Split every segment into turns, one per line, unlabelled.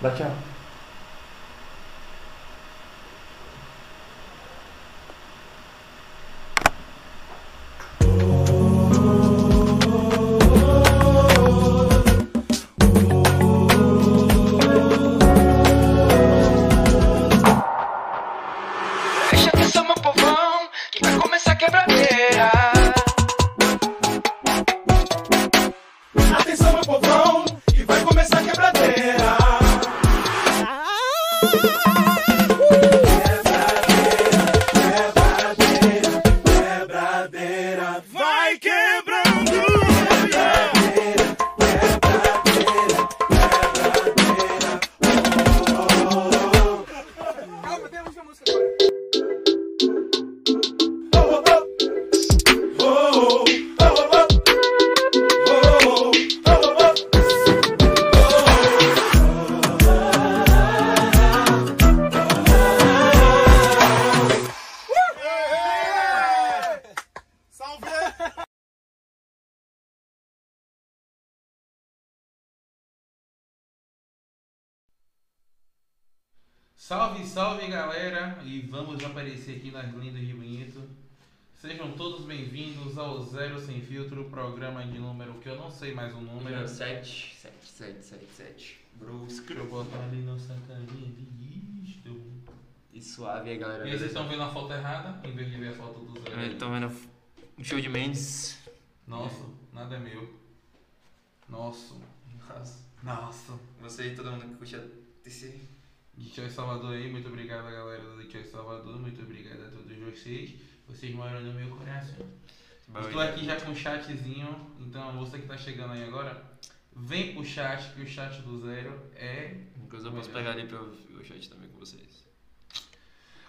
Dá tchau.
Preste atenção, meu um povão, que vai começar a quebradeira.
Atenção, meu povão, que vai começar a quebradeira. Quebradeira, quebradeira, quebradeira. Vai quebrando!
Salve, salve galera! E vamos aparecer aqui nas lindas de bonito. Sejam todos bem-vindos ao Zero Sem Filtro, programa de número que eu não sei mais o número.
7, 7, 7, 7, 7. Brusco.
Eu boto ali na sacaninha de isto.
E suave aí,
E
galera.
aí, vocês estão vendo a foto errada, em vez de ver a foto do Zero.
Estão vendo um show de Mendes.
Nossa, nada é meu. Nosso. Nossa. Nossa.
Você e todo mundo que curte esse.
De Tchau e Salvador aí, muito obrigado galera do Tchau e Salvador, muito obrigado a todos vocês. Vocês moram no meu coração. Estou aqui já com o chatzinho, então você que tá chegando aí agora, vem pro chat, que o chat do zero é.
Inclusive, eu posso pegar ali pra eu ver o chat também com vocês.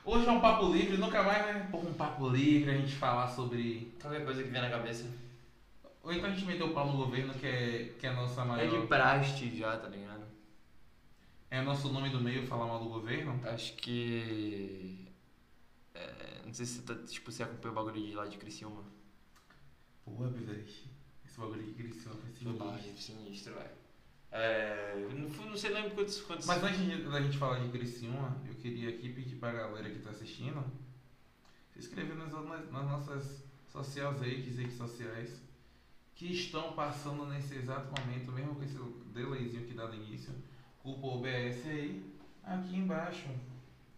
Hoje é um papo livre, nunca mais né? Pô, um papo livre, a gente falar sobre.
Qualquer coisa que vier na cabeça.
Ou então a gente meteu o pau no governo, que é, que é a nossa
É de
maior.
praste já, tá ligado?
É nosso nome do meio falar mal do governo.
Acho que. é, não sei se você, tá, tipo, você acompanhou o bagulho de lá de Criciúma.
Pô, Bizarre. Esse bagulho que cresceu, esse bagulho.
sinistro, velho. É. Não, fu- não sei lembro quantos. quantos...
Mas antes de- da gente falar de Criciúma, eu queria aqui pedir pra galera que tá assistindo se inscrever nas, nas- nas nossas sociais aí, que redes sociais, que estão passando nesse exato momento, mesmo com esse delayzinho que dá no início, culpa OBS aí, aqui embaixo.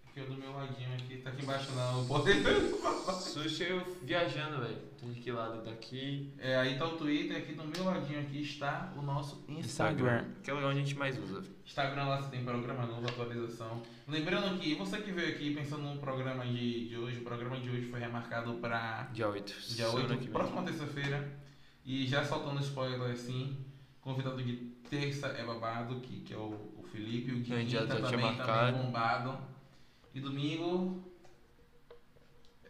Aqui é do meu ladinho aqui, tá aqui embaixo não, pô.
Sushi eu viajando, velho. Tô de que lado daqui?
É, aí tá o Twitter, aqui do meu ladinho aqui está o nosso Instagram.
Que é o lugar onde a gente mais usa.
Instagram lá você tem programa novo, atualização. Lembrando que você que veio aqui pensando no programa de, de hoje, o programa de hoje foi remarcado para
Dia 8.
dia 8, próxima terça-feira. E já soltando spoiler assim, convidado de terça é babado, que, que é o, o Felipe, o de
A gente já
quinta
tinha
também, também
marcado.
bombado. E domingo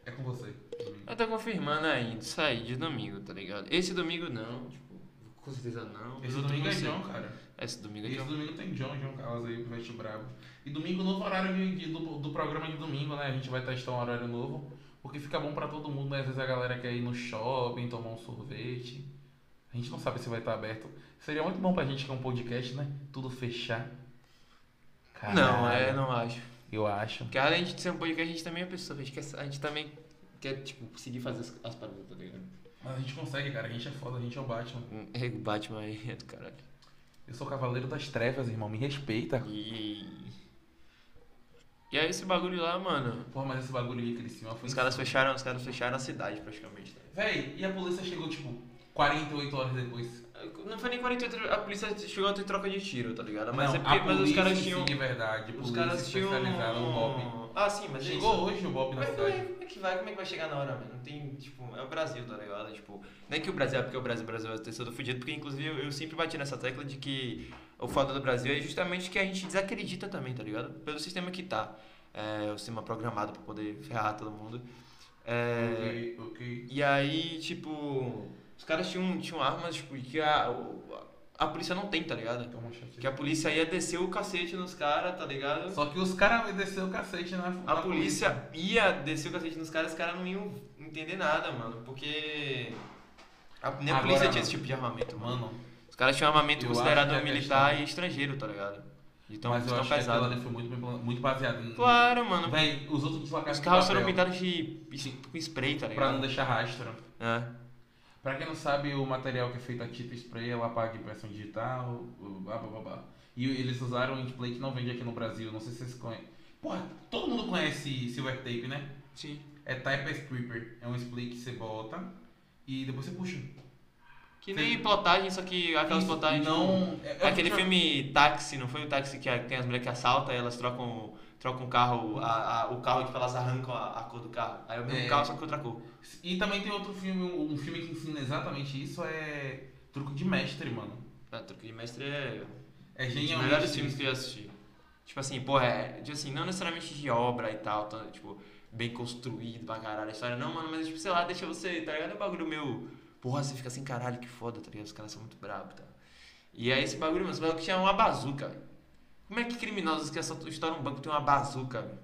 é com você. domingo.
Eu tô confirmando ainda, sair de domingo, tá ligado? Esse domingo não, tipo, com certeza não. Mas
Esse
eu
domingo é
tô com
John,
você.
cara.
Esse domingo é
Esse
John.
domingo tem John, John Carlos aí, Pivete Bravo. E domingo, novo horário de- de- do, do programa de domingo, né? A gente vai testar um horário novo. Porque fica bom pra todo mundo, né? Às vezes a galera quer ir no shopping, tomar um sorvete. A gente não sabe se vai estar aberto. Seria muito bom pra gente que é um podcast, né? Tudo fechar. Caralho,
Não, é, não acho.
Eu acho.
Porque além de ser um podcast, a gente também é pessoa, a gente, quer, a gente também quer, tipo, conseguir fazer as, as paradas, tá ligado?
Mas a gente consegue, cara. A gente é foda, a gente é o Batman.
É, o Batman aí é do caralho.
Eu sou o Cavaleiro das Trevas, irmão. Me respeita.
E. E aí esse bagulho lá, mano.
Pô, mas esse bagulho de Criciúma foi...
Os caras fecharam, os caras fecharam a cidade praticamente. tá ligado?
Véi, e a polícia chegou, tipo, 48 horas depois.
Não foi nem 48 horas, a polícia chegou a ter troca de tiro, tá ligado? Mas
não,
é porque
a
mas os
polícia
caras
em si,
tinham.
de verdade,
Os
polícia
caras tinham.
especializada no golpe.
Ah, sim, mas é
Chegou
isso.
hoje o golpe na
Mas como é,
cidade.
como é que vai? Como é que vai chegar na hora, mano? Não tem, tipo, é o Brasil, tá ligado? Tipo, nem que o Brasil é porque o Brasil, o Brasil é todo fudido, porque inclusive eu, eu sempre bati nessa tecla de que o foda do Brasil é justamente que a gente desacredita também, tá ligado? Pelo sistema que tá. É, o sistema programado pra poder ferrar todo mundo. É,
Ok, ok.
e aí, tipo, os caras tinham, tinham armas tipo, que a, a polícia não tem, tá ligado?
Toma um shot.
Que a polícia ia descer o cacete nos caras, tá ligado?
Só que os caras desceram o cacete na, na
A polícia ia descer o cacete nos caras, os caras não iam entender nada, mano. Porque. A, nem a
Agora,
polícia tinha
mano.
esse tipo de armamento, mano.
Mano,
Os caras tinham armamento
Eu acho
considerado
que a
militar e estrangeiro, tá ligado? De tão,
mas
de
eu
tão
acho que é aquilo
pesado.
ali foi muito, bem plan- muito baseado em.
Claro, mano.
Véi, os outros placares
Os
de
carros
é papel,
foram pintados de com spray, tá
Pra não
ligado?
deixar rastro.
É.
Pra quem não sabe, o material que é feito a tinta spray, ela paga impressão digital, blá blá blá blá. E eles usaram um play que não vende aqui no Brasil, não sei se vocês conhecem. Porra, todo mundo conhece silver tape, né?
Sim.
É type stripper, é um spray que você bota e depois você puxa.
Que
Sim.
nem plotagem, só que aquelas
Isso,
plotagens.
não. é,
tipo, aquele filme Táxi, não foi o táxi que a- tem as mulheres que assaltam e elas trocam, trocam o carro, a- a- o carro tipo, elas arrancam a, a cor do carro. Aí é o mesmo
É.
carro, só que outra cor.
E também tem outro filme, um um filme que ensina exatamente isso, é Truco de Mestre, mano.
Ah, Truque de Mestre é
É
um dos
genial.
melhores filmes que eu já assisti. Tipo assim, porra, é, de, assim, não necessariamente de obra e tal, tá, tipo, bem construído pra caralho a história, não, mano, mas tipo, sei lá, deixa você, tá ligado? É um bagulho meu. Porra, você fica assim, caralho, que foda, tá ligado? Os caras são muito bravos, tá? E aí esse bagulho, mano, esse bagulho que tinha uma bazuca, velho. Como é que criminosos que assaltam- estouram um banco tem uma bazuca, velho?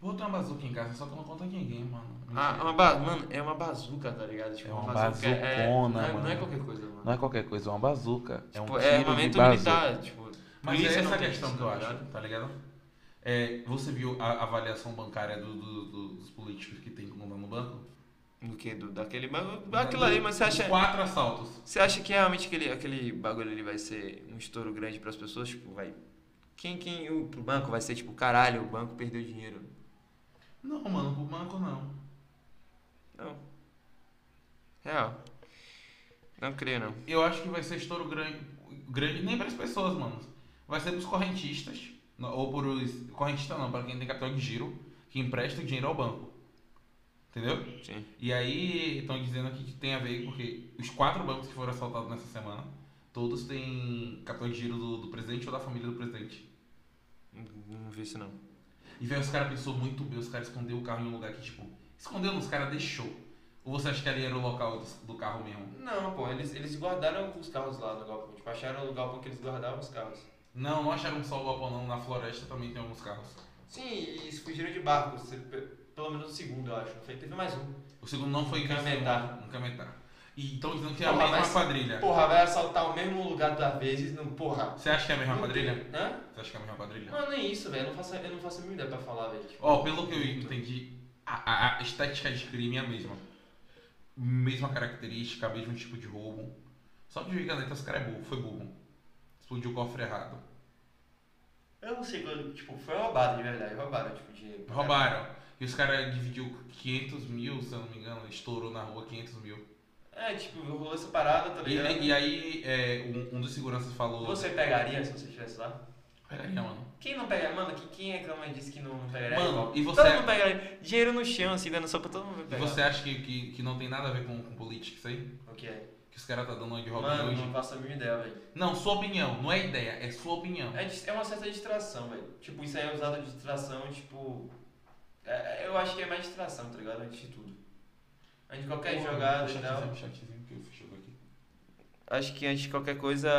Pô, tem uma bazuca em casa, só que eu não conta a ninguém, mano.
Ah, é uma ba... Mano, é uma bazuca, tá ligado? Tipo,
É uma
é-
bazucona,
não é- Não é
mano.
qualquer coisa, mano.
Não é qualquer coisa, é uma bazuca. É um
Tipo,
tiro
é
de
armamento
bazuca.
militar, tipo...
Mas
polícia
é
não
essa a
tem
questão
isso,
que eu
tá
acho,
ligado?
tá ligado? É, você viu a avaliação bancária do- do- do- dos políticos que tem como no banco?
Do que? Do, daquele bagulho? Aquilo ali, mas você
Dos
acha...
Quatro assaltos.
Você acha que realmente aquele, aquele bagulho ali vai ser um estouro grande pras pessoas? Tipo, vai... Quem, quem o pro banco vai ser tipo, caralho, o banco perdeu dinheiro.
Não, mano, pro banco não.
Não. Real. Não creio, não.
É. Eu acho que vai ser estouro grande, grande nem para as pessoas, mano. Vai ser pros correntistas, no- ou por os. Correntista não, para quem tem capital de giro, que empresta o dinheiro ao banco. Entendeu?
Sim.
E aí estão dizendo aqui que tem a ver porque os quatro bancos que foram assaltados nessa semana, todos têm capital de giro do, do presidente ou da família do presidente.
Não, não vi isso, não.
E velho, os caras pensou muito bem, os caras escondeu o carro em um lugar que, tipo, escondeu não, os caras deixou. Ou você acha que ali era o local do, do carro mesmo?
Não, pô, eles, eles guardaram os carros lá no galpão. Tipo, acharam o galpão que eles guardavam os carros.
Não, não acharam só o galpão não, na floresta também tem alguns carros.
Sim, e eles fugiram de barco, se- pe- pelo menos no segundo, eu acho. Não sei, Teve mais um.
O segundo não foi em
Cametá.
Em Cametá. E estão dizendo que é a
Porra,
mesma
é um- mas-
quadrilha.
Porra, vai assaltar o mesmo lugar duas vezes, não, porra.
Você acha que é a mesma
Não
quadrilha?
tem- Hã?
Você acha que é a mesma quadrilha?
Não, nem isso, velho. Eu não faço- Eu não faço a mínima ideia pra falar, velho. Tipo,
Ó, pelo que eu entendi, a, a- a estética de crime é a mesma. Mesma característica, mesmo tipo de roubo. Só que de caneta, esse cara é burro, foi burro. Explodiu o cofre errado.
Eu não sei quando. Tipo, foi roubado de verdade. Roubaram, tipo, dinheiro.
Roubaram. E os caras dividiu 500 mil, se eu não me engano, estourou na rua 500 mil.
É, tipo, rolou essa parada, tá
E,
ligado?
e aí, é, um, um dos seguranças falou.
Você pegaria se você estivesse lá?
Pegaria, mano.
Quem não pegaria? Mano, que, quem reclama e disse que não, não pegaria?
Mano, e você-
Todo mundo pegaria. Dinheiro no chão, assim, dando só pra todo mundo
E
pegar.
você acha que, que, que não tem nada a ver com, com política isso aí?
O que é?
Que os caras tá dando uma de Robin
Mano, não
Hood?
faço a mínima ideia, velho.
Não, sua opinião, não é ideia, é sua opinião.
É, dis- é uma certa distração, velho. Tipo, isso aí é usado de distração, tipo. é- é- eu acho que é mais distração, tá ligado? Antes de tudo. Antes de qualquer
Porra,
jogada e
chatezinho,
tal.
um chatezinho, que eu fechou aqui.
Acho que antes de qualquer coisa.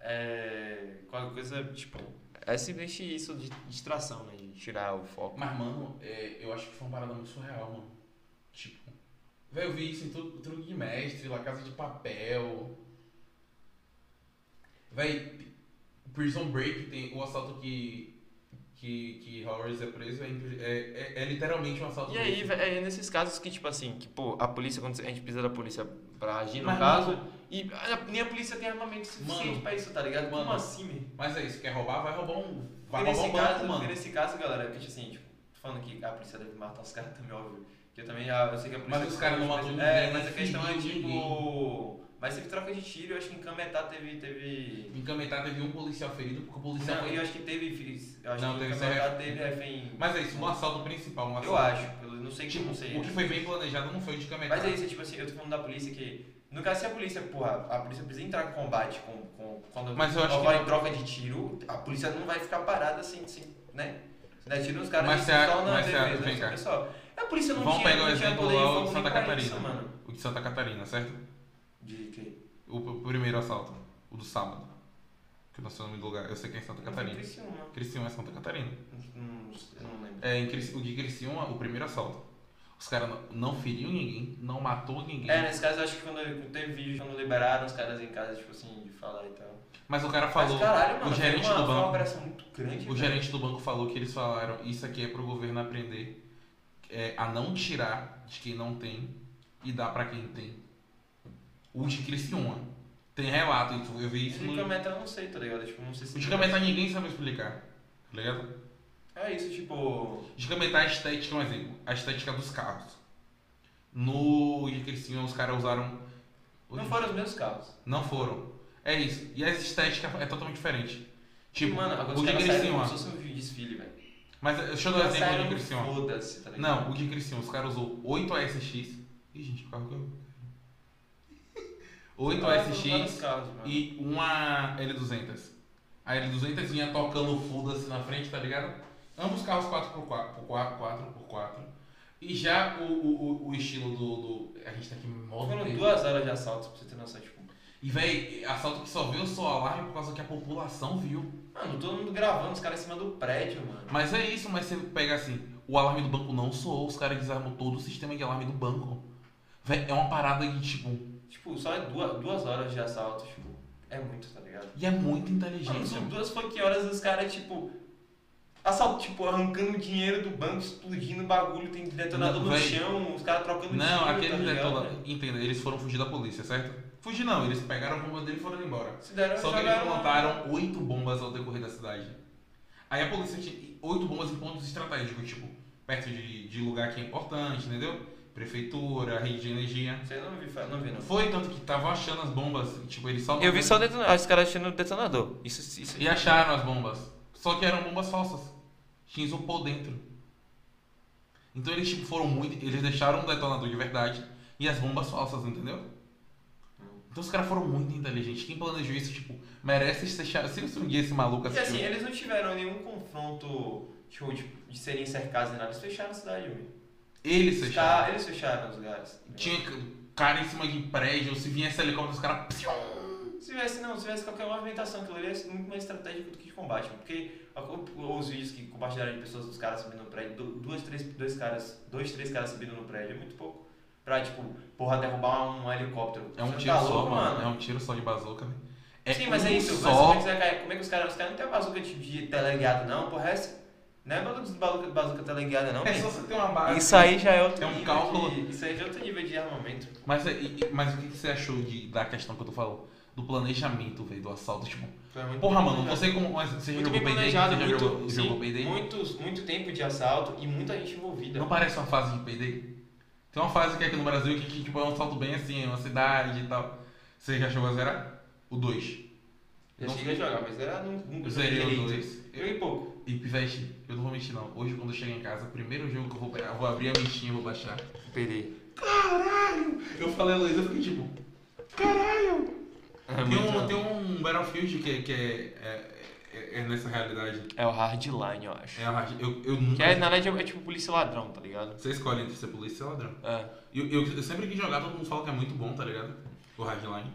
É. Qualquer coisa, tipo. É simplesmente isso de distração, né? De tirar o foco.
Mas, mano, é, eu acho que foi uma parada muito surreal, mano. Tipo, velho, eu vi isso em tudo, truque de mestre, La Casa de Papel. Véi, Prison Break tem o assalto que. que, que Howard é preso, é, é, é- é literalmente um assalto.
E aí,
desse.
vé- é nesses casos que, tipo assim, que, pô, a polícia, quando a gente precisa da polícia pra agir no
Mas,
caso, e a- nem a polícia tem armamento suficiente
Mano,
pra isso, tá ligado?
mano.
Como assim, meu?
Mas é isso, quer roubar, vai roubar um.
Porque
Vai roubar
nesse
um banco,
caso,
mano.
porque nesse caso, galera, porque assim, tipo, tô falando que a polícia deve matar os caras também, óbvio. Que eu também já, eu sei que a polícia...
Mas os caras não matam
É,
ninguém,
mas a
nem
questão é,
feriu
tipo... Mas teve troca de tiro, eu acho que em Cametá teve... teve...
Em Cametá teve um policial ferido, porque o policial
Não,
foi.
eu acho que teve... Eu acho
Não,
que
teve
em
só
Cametá
refém.
teve refém...
Mas é isso, um assalto principal, um assalto.
eu acho, eu não sei
Tipo,
como sei.
o que foi bem planejado não foi o de Cametá.
Mas é isso, é tipo assim, eu tô falando da polícia que... No caso, se a polícia, porra, a polícia precisa entrar em combate com... com quando
Mas eu acho que
houver
não.
troca de tiro, a polícia não vai ficar parada assim, sem né? Se der tiro nos caras,
Mas
eles
você acha-
só na
mas você acha-
defesa,
vem
né?
cá.
pessoal. A polícia não
Vamos
tinha,
pegar o
não tinha
exemplo
poder de
lá
fogo
de
nem
Santa
pra
Catarina.
Isso, mano.
O de Santa Catarina, certo?
De que?
O, p- primeiro assalto. O do sábado. Que eu não sei o nome do lugar. Eu sei que é em Santa Catarina.
Criciúma.
Criciúma é Santa Catarina.
Não, eu não lembro.
É, em Crici- o de Criciúma, o primeiro assalto. Os caras não, não feriu ninguém, não matou ninguém.
né? É, nesse caso eu acho que quando eu- teve vídeo, quando liberaram os caras em casa, tipo assim, de falar e tal.
Mas o cara
Mas
falou,
caralho, mano,
o gerente
foi uma,
do
foi uma
banco,
operação muito grande.
o
velho.
gerente do banco falou que eles falaram, isso aqui é pro governo aprender é, a não tirar de quem não tem e dar pra quem tem. O de Criciúma. Tem relato, isso, eu vi isso no...
Medicamento eu não sei, tá ligado? Tipo, não sei se.
O de Cametá ninguém sabe explicar, tá ligado?
É isso, tipo.
De comentar a estética, um exemplo. A estética dos carros. No de Criciúma, os caras usaram.
Não foram os meus carros.
Não foram. É isso. E as estéticas é totalmente diferente. Tipo,
mano, agora os
o de
caras saíram
Criciúma.
como se fosse um desfile, velho.
Mas deixa eu dar um
Eles
exemplo do
saíram
de Criciúma.
Foda-se, tá ligado?
Não, o de Criciúma, os caras usou 8 ASX. Ih, gente, o carro que eu. 8
tá
ASX
E.
e uma L200. A L200 vinha tocando foda-se na frente, tá ligado? Ambos carros 4x4, 4x4. E já o, o, o- o estilo do, do- A gente tá aqui modo
Tipo, Foram duas horas de assalto, pra você ter noção, tipo.
E véi, assalto que só viu só alarme por causa que a população viu.
Mano, todo mundo gravando, os caras em cima do prédio, mano.
Mas é isso, mas você pega assim, o alarme do banco não soou, os caras desarmam todo o sistema de alarme do banco. Véi, é uma parada de tipo.
Tipo, só é duas, duas horas de assalto, tipo. É muito, tá ligado?
E é muito
Mano,
inteligente.
são duas funk horas os caras, tipo. Assalto, tipo, arrancando dinheiro do banco, explodindo o bagulho, tem detonador
Não,
no
véi.
chão, os caras trocando
Não,
tiro,
aqueles
tá ligado,
detonados.
velho?
Entenda, eles foram fugir da polícia, certo? Fugir não, eles pegaram a bomba dele e foram embora.
Se deram,
Só que eles
jogaram-
plantaram oito bombas ao decorrer da cidade. Aí a polícia tinha oito bombas em pontos estratégicos, tipo, perto de, de lugar que é importante, entendeu? Prefeitura, rede de energia.
Você não vi, não vi, não.
Foi tanto que estavam achando as bombas, e, tipo, eles só.
Eu vi só detonador, os caras achando detonador. Isso, isso. é
E acharam as bombas. Só que eram bombas falsas. Tinha isopor dentro. Então eles tipo, foram muito. Eles deixaram o detonador de verdade e as bombas falsas, entendeu? Então os caras foram muito inteligentes. Quem planejou isso, tipo, merece ser cha- Se um dia esse maluco
E assim,
assistiu.
eles não tiveram nenhum confronto, tipo, de, de serem cercados e nada. Eles fecharam a cidade, velho.
Eles
Os
fecharam.
ca- Eles fecharam os lugares.
Tinha cara em cima de prédio, se viesse helicóptero, os caras.
Se tivesse, não, se tivesse qualquer movimentação, aquilo ali ia ser muito mais estratégico do que de combate. mano. Porque a- o- os vídeos que compartilharam de pessoas, dos caras subindo no prédio, du- duas, três, dois caras, dois, três caras subindo no prédio, é muito pouco. Pra, tipo, porra, derrubar um helicóptero.
É um
Você
tiro
tá
só,
louco,
mano. É um tiro só de bazuca, né? É
Sim, mas
um
é isso. Mas como é
Só...
que, você vai cair? Como é que os caras, os caras não tem bazuca de, de teleguiado, não? Porra, essa, não é bazuca, bazuca, bazuca teleguiada, não.
É
mano.
só você ter uma base.
Isso aí já é outro
É um
nível
cálculo.
de- isso aí já é outro nível de armamento.
Mas, é- e- e- mas o que que você achou de, da questão que eu tô falando? Do planejamento, velho, do assalto, tipo.
Então é
Porra, mano, você como. mas Você já
muito
jogou
bem
Payday?
planejado,
Você já
muito,
jogou,
sim,
jogou Payday?
muitos- muito tempo de assalto e muita gente envolvida.
Não parece uma fase de Payday? Tem uma fase que é aqui no Brasil que, que, tipo, é um assalto bem assim, é uma cidade e tal. Você já chegou a zerar? O 2.
eu
não-
cheguei a jogar, mas era nunca. nunca
Eu zerei
joguei
o
direito.
2.
Eu e pouco.
E pivete, eu não vou mentir não. Hoje quando eu chegar em casa, o primeiro jogo que eu vou pegar, eu vou abrir a mexinha e vou baixar.
Perdei.
Caralho! Eu falei a Luísa, eu fiquei tipo. Caralho! tem, um, tem um Battlefield que, é- que é, é, é- é nessa realidade.
É o hardline, eu acho.
É a hard- eu, eu nunca.
na verdade é tipo polícia ladrão, tá ligado?
Você escolhe entre ser polícia e ladrão.
É.
E Eu, eu, eu sempre que jogar, todo mundo fala que é muito bom, tá ligado? O Hardline.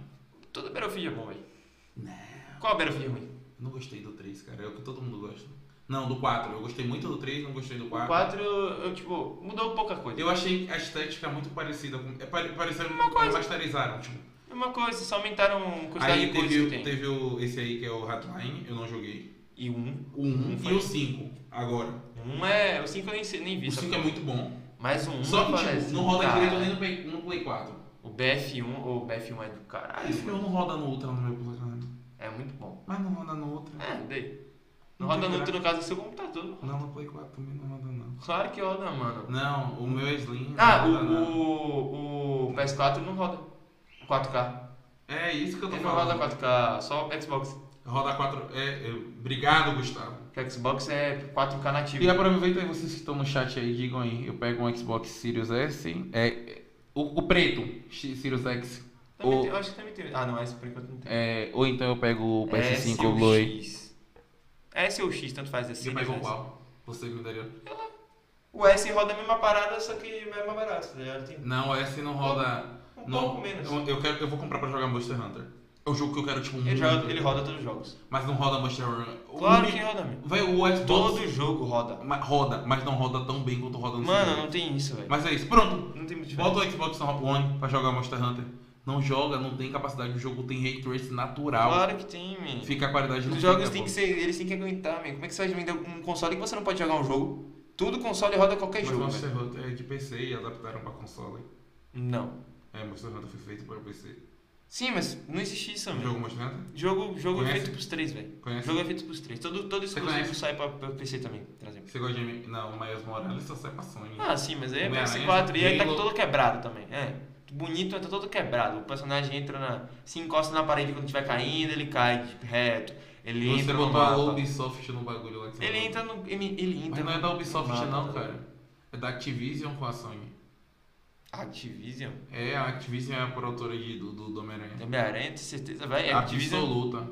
Todo Battlefield é bom, velho. Qual Battlefield é ruim?
Eu não gostei do 3, cara. É o que todo mundo gosta. Não, do 4. Eu gostei muito do 3, não gostei do 4.
O 4, eu, tipo, mudou pouca coisa.
Eu achei a estética muito parecida com. É pare- pareceram que remasterizaram, tipo.
É Uma coisa, só aumentaram a quantidade
Aí
de coisas
teve, um,
que tem.
teve o, esse aí que é o Hardline, eu não joguei.
E um.
O 1
Um
e
foi-
o 5, agora.
Um é. O 5 eu nem, sei- nem vi.
O
só
5 é
que-
muito bom.
Mas o 1
Só que, tipo,
parece.
não roda
Cara,
direito nem no Play, no Play 4.
O BF1 ou o BF1 é do
Ah,
caralho.
esse meu
mano.
não roda no Ultra no meu Play
É muito bom.
Mas não roda no Ultra.
É, daí.
Não
Não roda
tem
muito
graça.
no caso do seu computador.
Não, no Play 4 também não roda não.
Claro que roda, mano.
Não, o meu é Slim.
Ah,
não roda nada.
o, o, o PS4 não roda 4K.
É isso que eu tô
Ele não roda
falando.
4K, só o Xbox.
Roda 4. É, é, obrigado, Gustavo.
Porque o Xbox é 4K nativo.
E aproveita aí vocês que estão no chat aí, digam aí. Eu pego um Xbox Series S. É, é, o, o preto, X- Series X.
Também
o-
tem- eu acho que também tem. Ah, não, esse por enquanto não tem.
É, ou então eu pego o
É,
PS5
SUX.
Blue. aí.
É S ou X, tanto faz assim.
Você
né,
pegou
mas-
qual? Você me daria.
O S roda a mesma parada, só que é mais barato, tá ligado? Tem
Não, o S não roda.
um
não,
pouco menos.
Eu, eu quero, eu vou comprar pra jogar Monster Hunter. É um jogo que eu quero, tipo,
Ele,
muito.
joga- ele roda todos os jogos.
Mas não roda Monster Hunter. O-
Claro que roda, amigo.
Véi, o Xbox
Todo jogo roda.
ma- roda, mas não roda tão bem quanto roda no
Mano,
Series.
não tem isso, velho.
Mas é isso. Pronto.
Não tem muito
Bota o Xbox One pra jogar Monster Hunter. não joga, não tem capacidade. O jogo tem ray tracing natural.
Claro que tem, man.
Fica a qualidade do
Os jogos têm que ser, eles têm que aguentar, man. Como é que você vai vender um console que você não pode jogar um jogo? Tudo console roda qualquer
Mas
jogo,
Monster
velho.
Hunter é de PC e adaptaram pra console.
Não.
É, Monster Hunter foi feito para o PC.
Sim, mas não existe isso,
O
man.
jogo Monster Hunter?
Jogo, jogo é
Conhece?
feito pros três, velho.
Conhece?
Jogo é feito pros três. Todo, todo
Você
exclusivo
conhece?
sai pra, pra PC também, por exemplo.
Você gosta de... M- Não, o Miles Morales só sai pra Sony.
Ah, sim, mas aí é
Homem-Aranha,
PS4 e aí tá
Halo.
todo quebrado também. É. Bonito, mas tá todo quebrado. O personagem entra na. se encosta na parede quando estiver caindo, ele cai tipo, reto. Ele
Você tá
entra no
botou a
mapa.
Ubisoft no bagulho lá que você
Ele
botou.
entra no. Ele, ele entra
Mas não é
no-
da
no
Ubisoft
mapa,
não,
tá ligado?
cara. É da Activision com a Sony.
Activision?
É, a Activision é a produtora de, do, do, do Homem-Aranha.
Homem-Aranha, tem certeza, vai. É Activision.
Absoluta.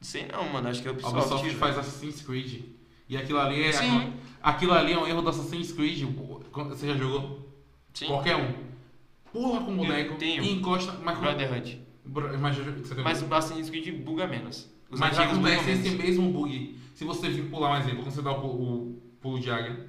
Sei não, mano. Acho que é
A
Ubisoft.
Ubisoft
velho.
faz Assassin's Creed. E aquilo ali é.
Sim.
Aquilo ali é um erro do Assassin's Creed. Você já jogou?
Sim.
Qualquer um. Pula com o boneco
tenho.
e encosta. Mas,
Brotherhood.
Bro- mas, você tem- um-
Mas o Assassin's Creed buga menos. Os
mas
antigos bugam
acontece esse
menos.
mesmo bug. Se você vir pular, um exemplo, quando você dá o, pulo- o pulo de águia,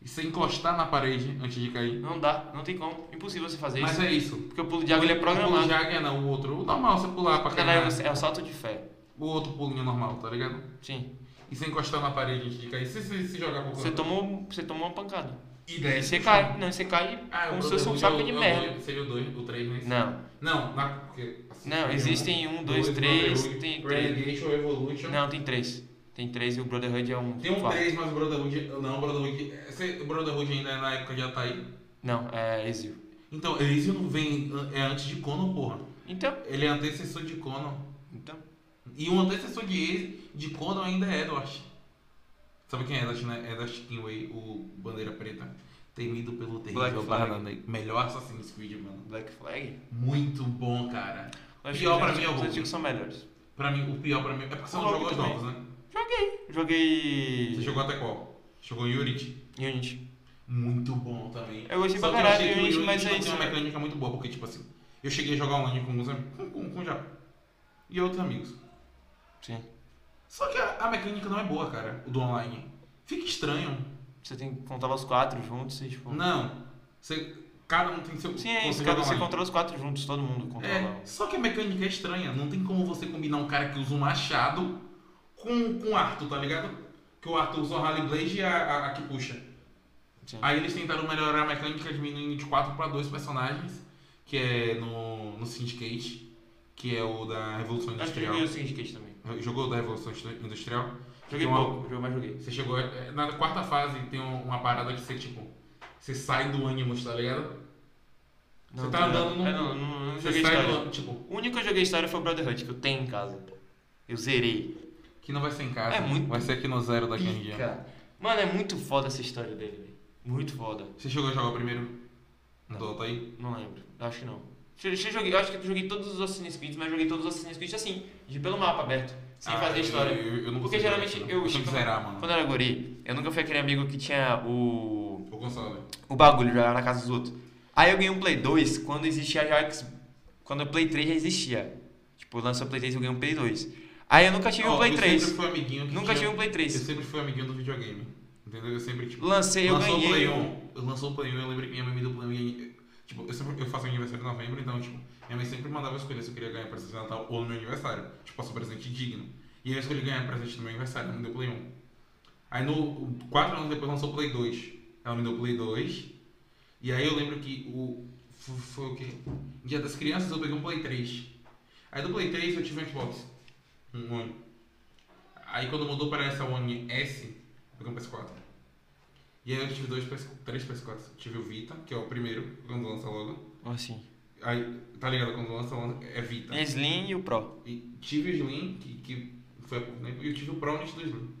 e você encostar na parede antes de cair.
Não dá, não tem como. Impossível você fazer
Mas
isso.
é isso.
Porque o pulo de água ele é
O pulo
programado.
de águia não, o outro. O normal, você pular pra
Na verdade,
cair.
você- é o salto de fé.
O outro pulinho normal, tá ligado?
Sim.
E você encostar na parede antes de cair. Se você se jogar por
Você tomou, você tomou uma pancada.
E daí
E você cai. Não, você cai
Ah,
como
o
se fosse um
Brotherhood
saco
é o-
de
é o
merda.
dois- Seria o 2, o 3, né?
Não.
Não, na, porque, assim,
Não,
tem
existem um, dois, três,
Brotherhood,
tem- tem-
Relegation, Evolution.
Não, tem três. Tem três e o Brotherhood é um.
Tem um
quarto.
3, mas o Brotherhood. Não, o Brotherhood. esse- O Brotherhood ainda é na época de Ataí.
Não, é Exil.
Então, Elysium não vem. É antes de Conan, porra.
Então.
Ele é antecessor de Conan.
Então.
E o antecessor de, Ex- de Conan ainda é Edward. Sabe quem é Edward, né? Edward Kinway, o Bandeira Preta. Temido pelo terrível
Black Flag.
Barra Negra. Melhor Assassin's Creed, mano.
é Black Flag?
Muito bom, cara.
Eu acho
Pior
que os
pra mim é
antigos-
o
Os
Hulk.
antigos são melhores.
Pra mim, o pior pra mim é porque são
O Hulk
jogos
também.
novos, né?
Joguei.
Você
Joguei.
jogou até qual? Jogou em Unity?
Unity.
Muito bom também.
Eu gostei
Só
pra
que
caralho
achei
do
que o
Unity, mas
não
é
tem
isso.
uma
velho.
mecânica muito boa, porque tipo assim, eu cheguei a jogar online com alguns am- com, com, com já- e outros amigos.
Sim.
Só que a, a mecânica não é boa, cara, o do online. Fica estranho.
Você tem que contar os quatro juntos e tipo.
Não. Você, cada um tem seu.
Sim, é isso.
você
Cada
joga
você
online.
controla os quatro juntos, todo mundo controla.
É, só que a mecânica é estranha. Não tem como você combinar um cara que usa um machado com, com o Arthur, tá ligado? Que o Arthur usa o Harley Blade e a, a- a que puxa.
Sim.
Aí eles tentaram melhorar a mecânica diminuindo de 4 pra 2 personagens, que é no, no Syndicate, que é o da Revolução
Acho que eu joguei
Industrial.
o Syndicate também.
Jogou da Revolução Industrial?
Joguei
Tem uma-
pouco, jogo, mas joguei.
Você chegou. é, Na quarta fase tem um- uma parada que você, tipo, você sai do ânimo, tá ligado? Você tá
tá
andando num-
É, não, não, não
Você
joguei
sai
história.
do tipo,
O único que eu joguei história foi o Brotherhood, que eu tenho em casa. Eu zerei.
que não vai ser em casa.
É muito
Vai ser aqui no zero daqui a um dia.
Pica. Mano, é muito foda essa história dele, velho. Muito foda.
Você chegou a jogar o primeiro? Não. Dota aí?
Não lembro. Acho que não. Eu, joguei, eu acho que eu joguei todos os Assassin's Creed, mas joguei todos os Assassin's Creed assim, de pelo mapa aberto, sem
Ah,
fazer
eu-
história.
Eu, eu, não
Porque
consigo jogar
geralmente
isso, não.
eu-
Eu tenho que zerar, mano.
Quando eu era guri, eu nunca fui aquele amigo que tinha o.
O console.
o bagulho, jogava na casa dos outros. Aí eu ganhei um Play 2 quando existia já. X- Quando o Play 3 já existia. Tipo, lançou o Play 3 e eu ganhei um Play 2. Aí eu nunca tive
Ó,
um Play
eu
3.
Sempre fui amiguinho que
Nunca
tinha-
tive um Play
Eu
3.
sempre fui amiguinho do videogame. Entendeu? Eu sempre, tipo.
Lancei, eu
lançou o Play
ganhei.
1. Eu lançou o Play 1, eu lembrei que minha mãe me deu o Play 1. e- Tipo, eu, sempre, eu faço aniversário em novembro, então, tipo, minha mãe sempre mandava eu escolher se eu queria ganhar presente de Natal ou no meu aniversário. Tipo, assim, um presente digno. E eu escolhi ganhar presente no meu aniversário, ela me deu o Play 1. Aí, no, quatro anos depois, lançou o Play 2. Ela me deu o Play 2. E aí eu lembro que o. f- Foi o quê? Dia das Crianças eu peguei um Play 3. Aí do Play 3 eu tive um Xbox. Um One. Aí quando mudou para essa One S, eu peguei um PS4. E aí eu tive dois PS4, três PS4. Tive o Vita, que é o primeiro, quando lança logo.
Ou Assim.
Aí, tá ligado? Quando lança logo é Vita.
Slim e o Pro.
E tive o Slim, que, que foi há pouco tempo, e eu tive o Pro antes do Slim.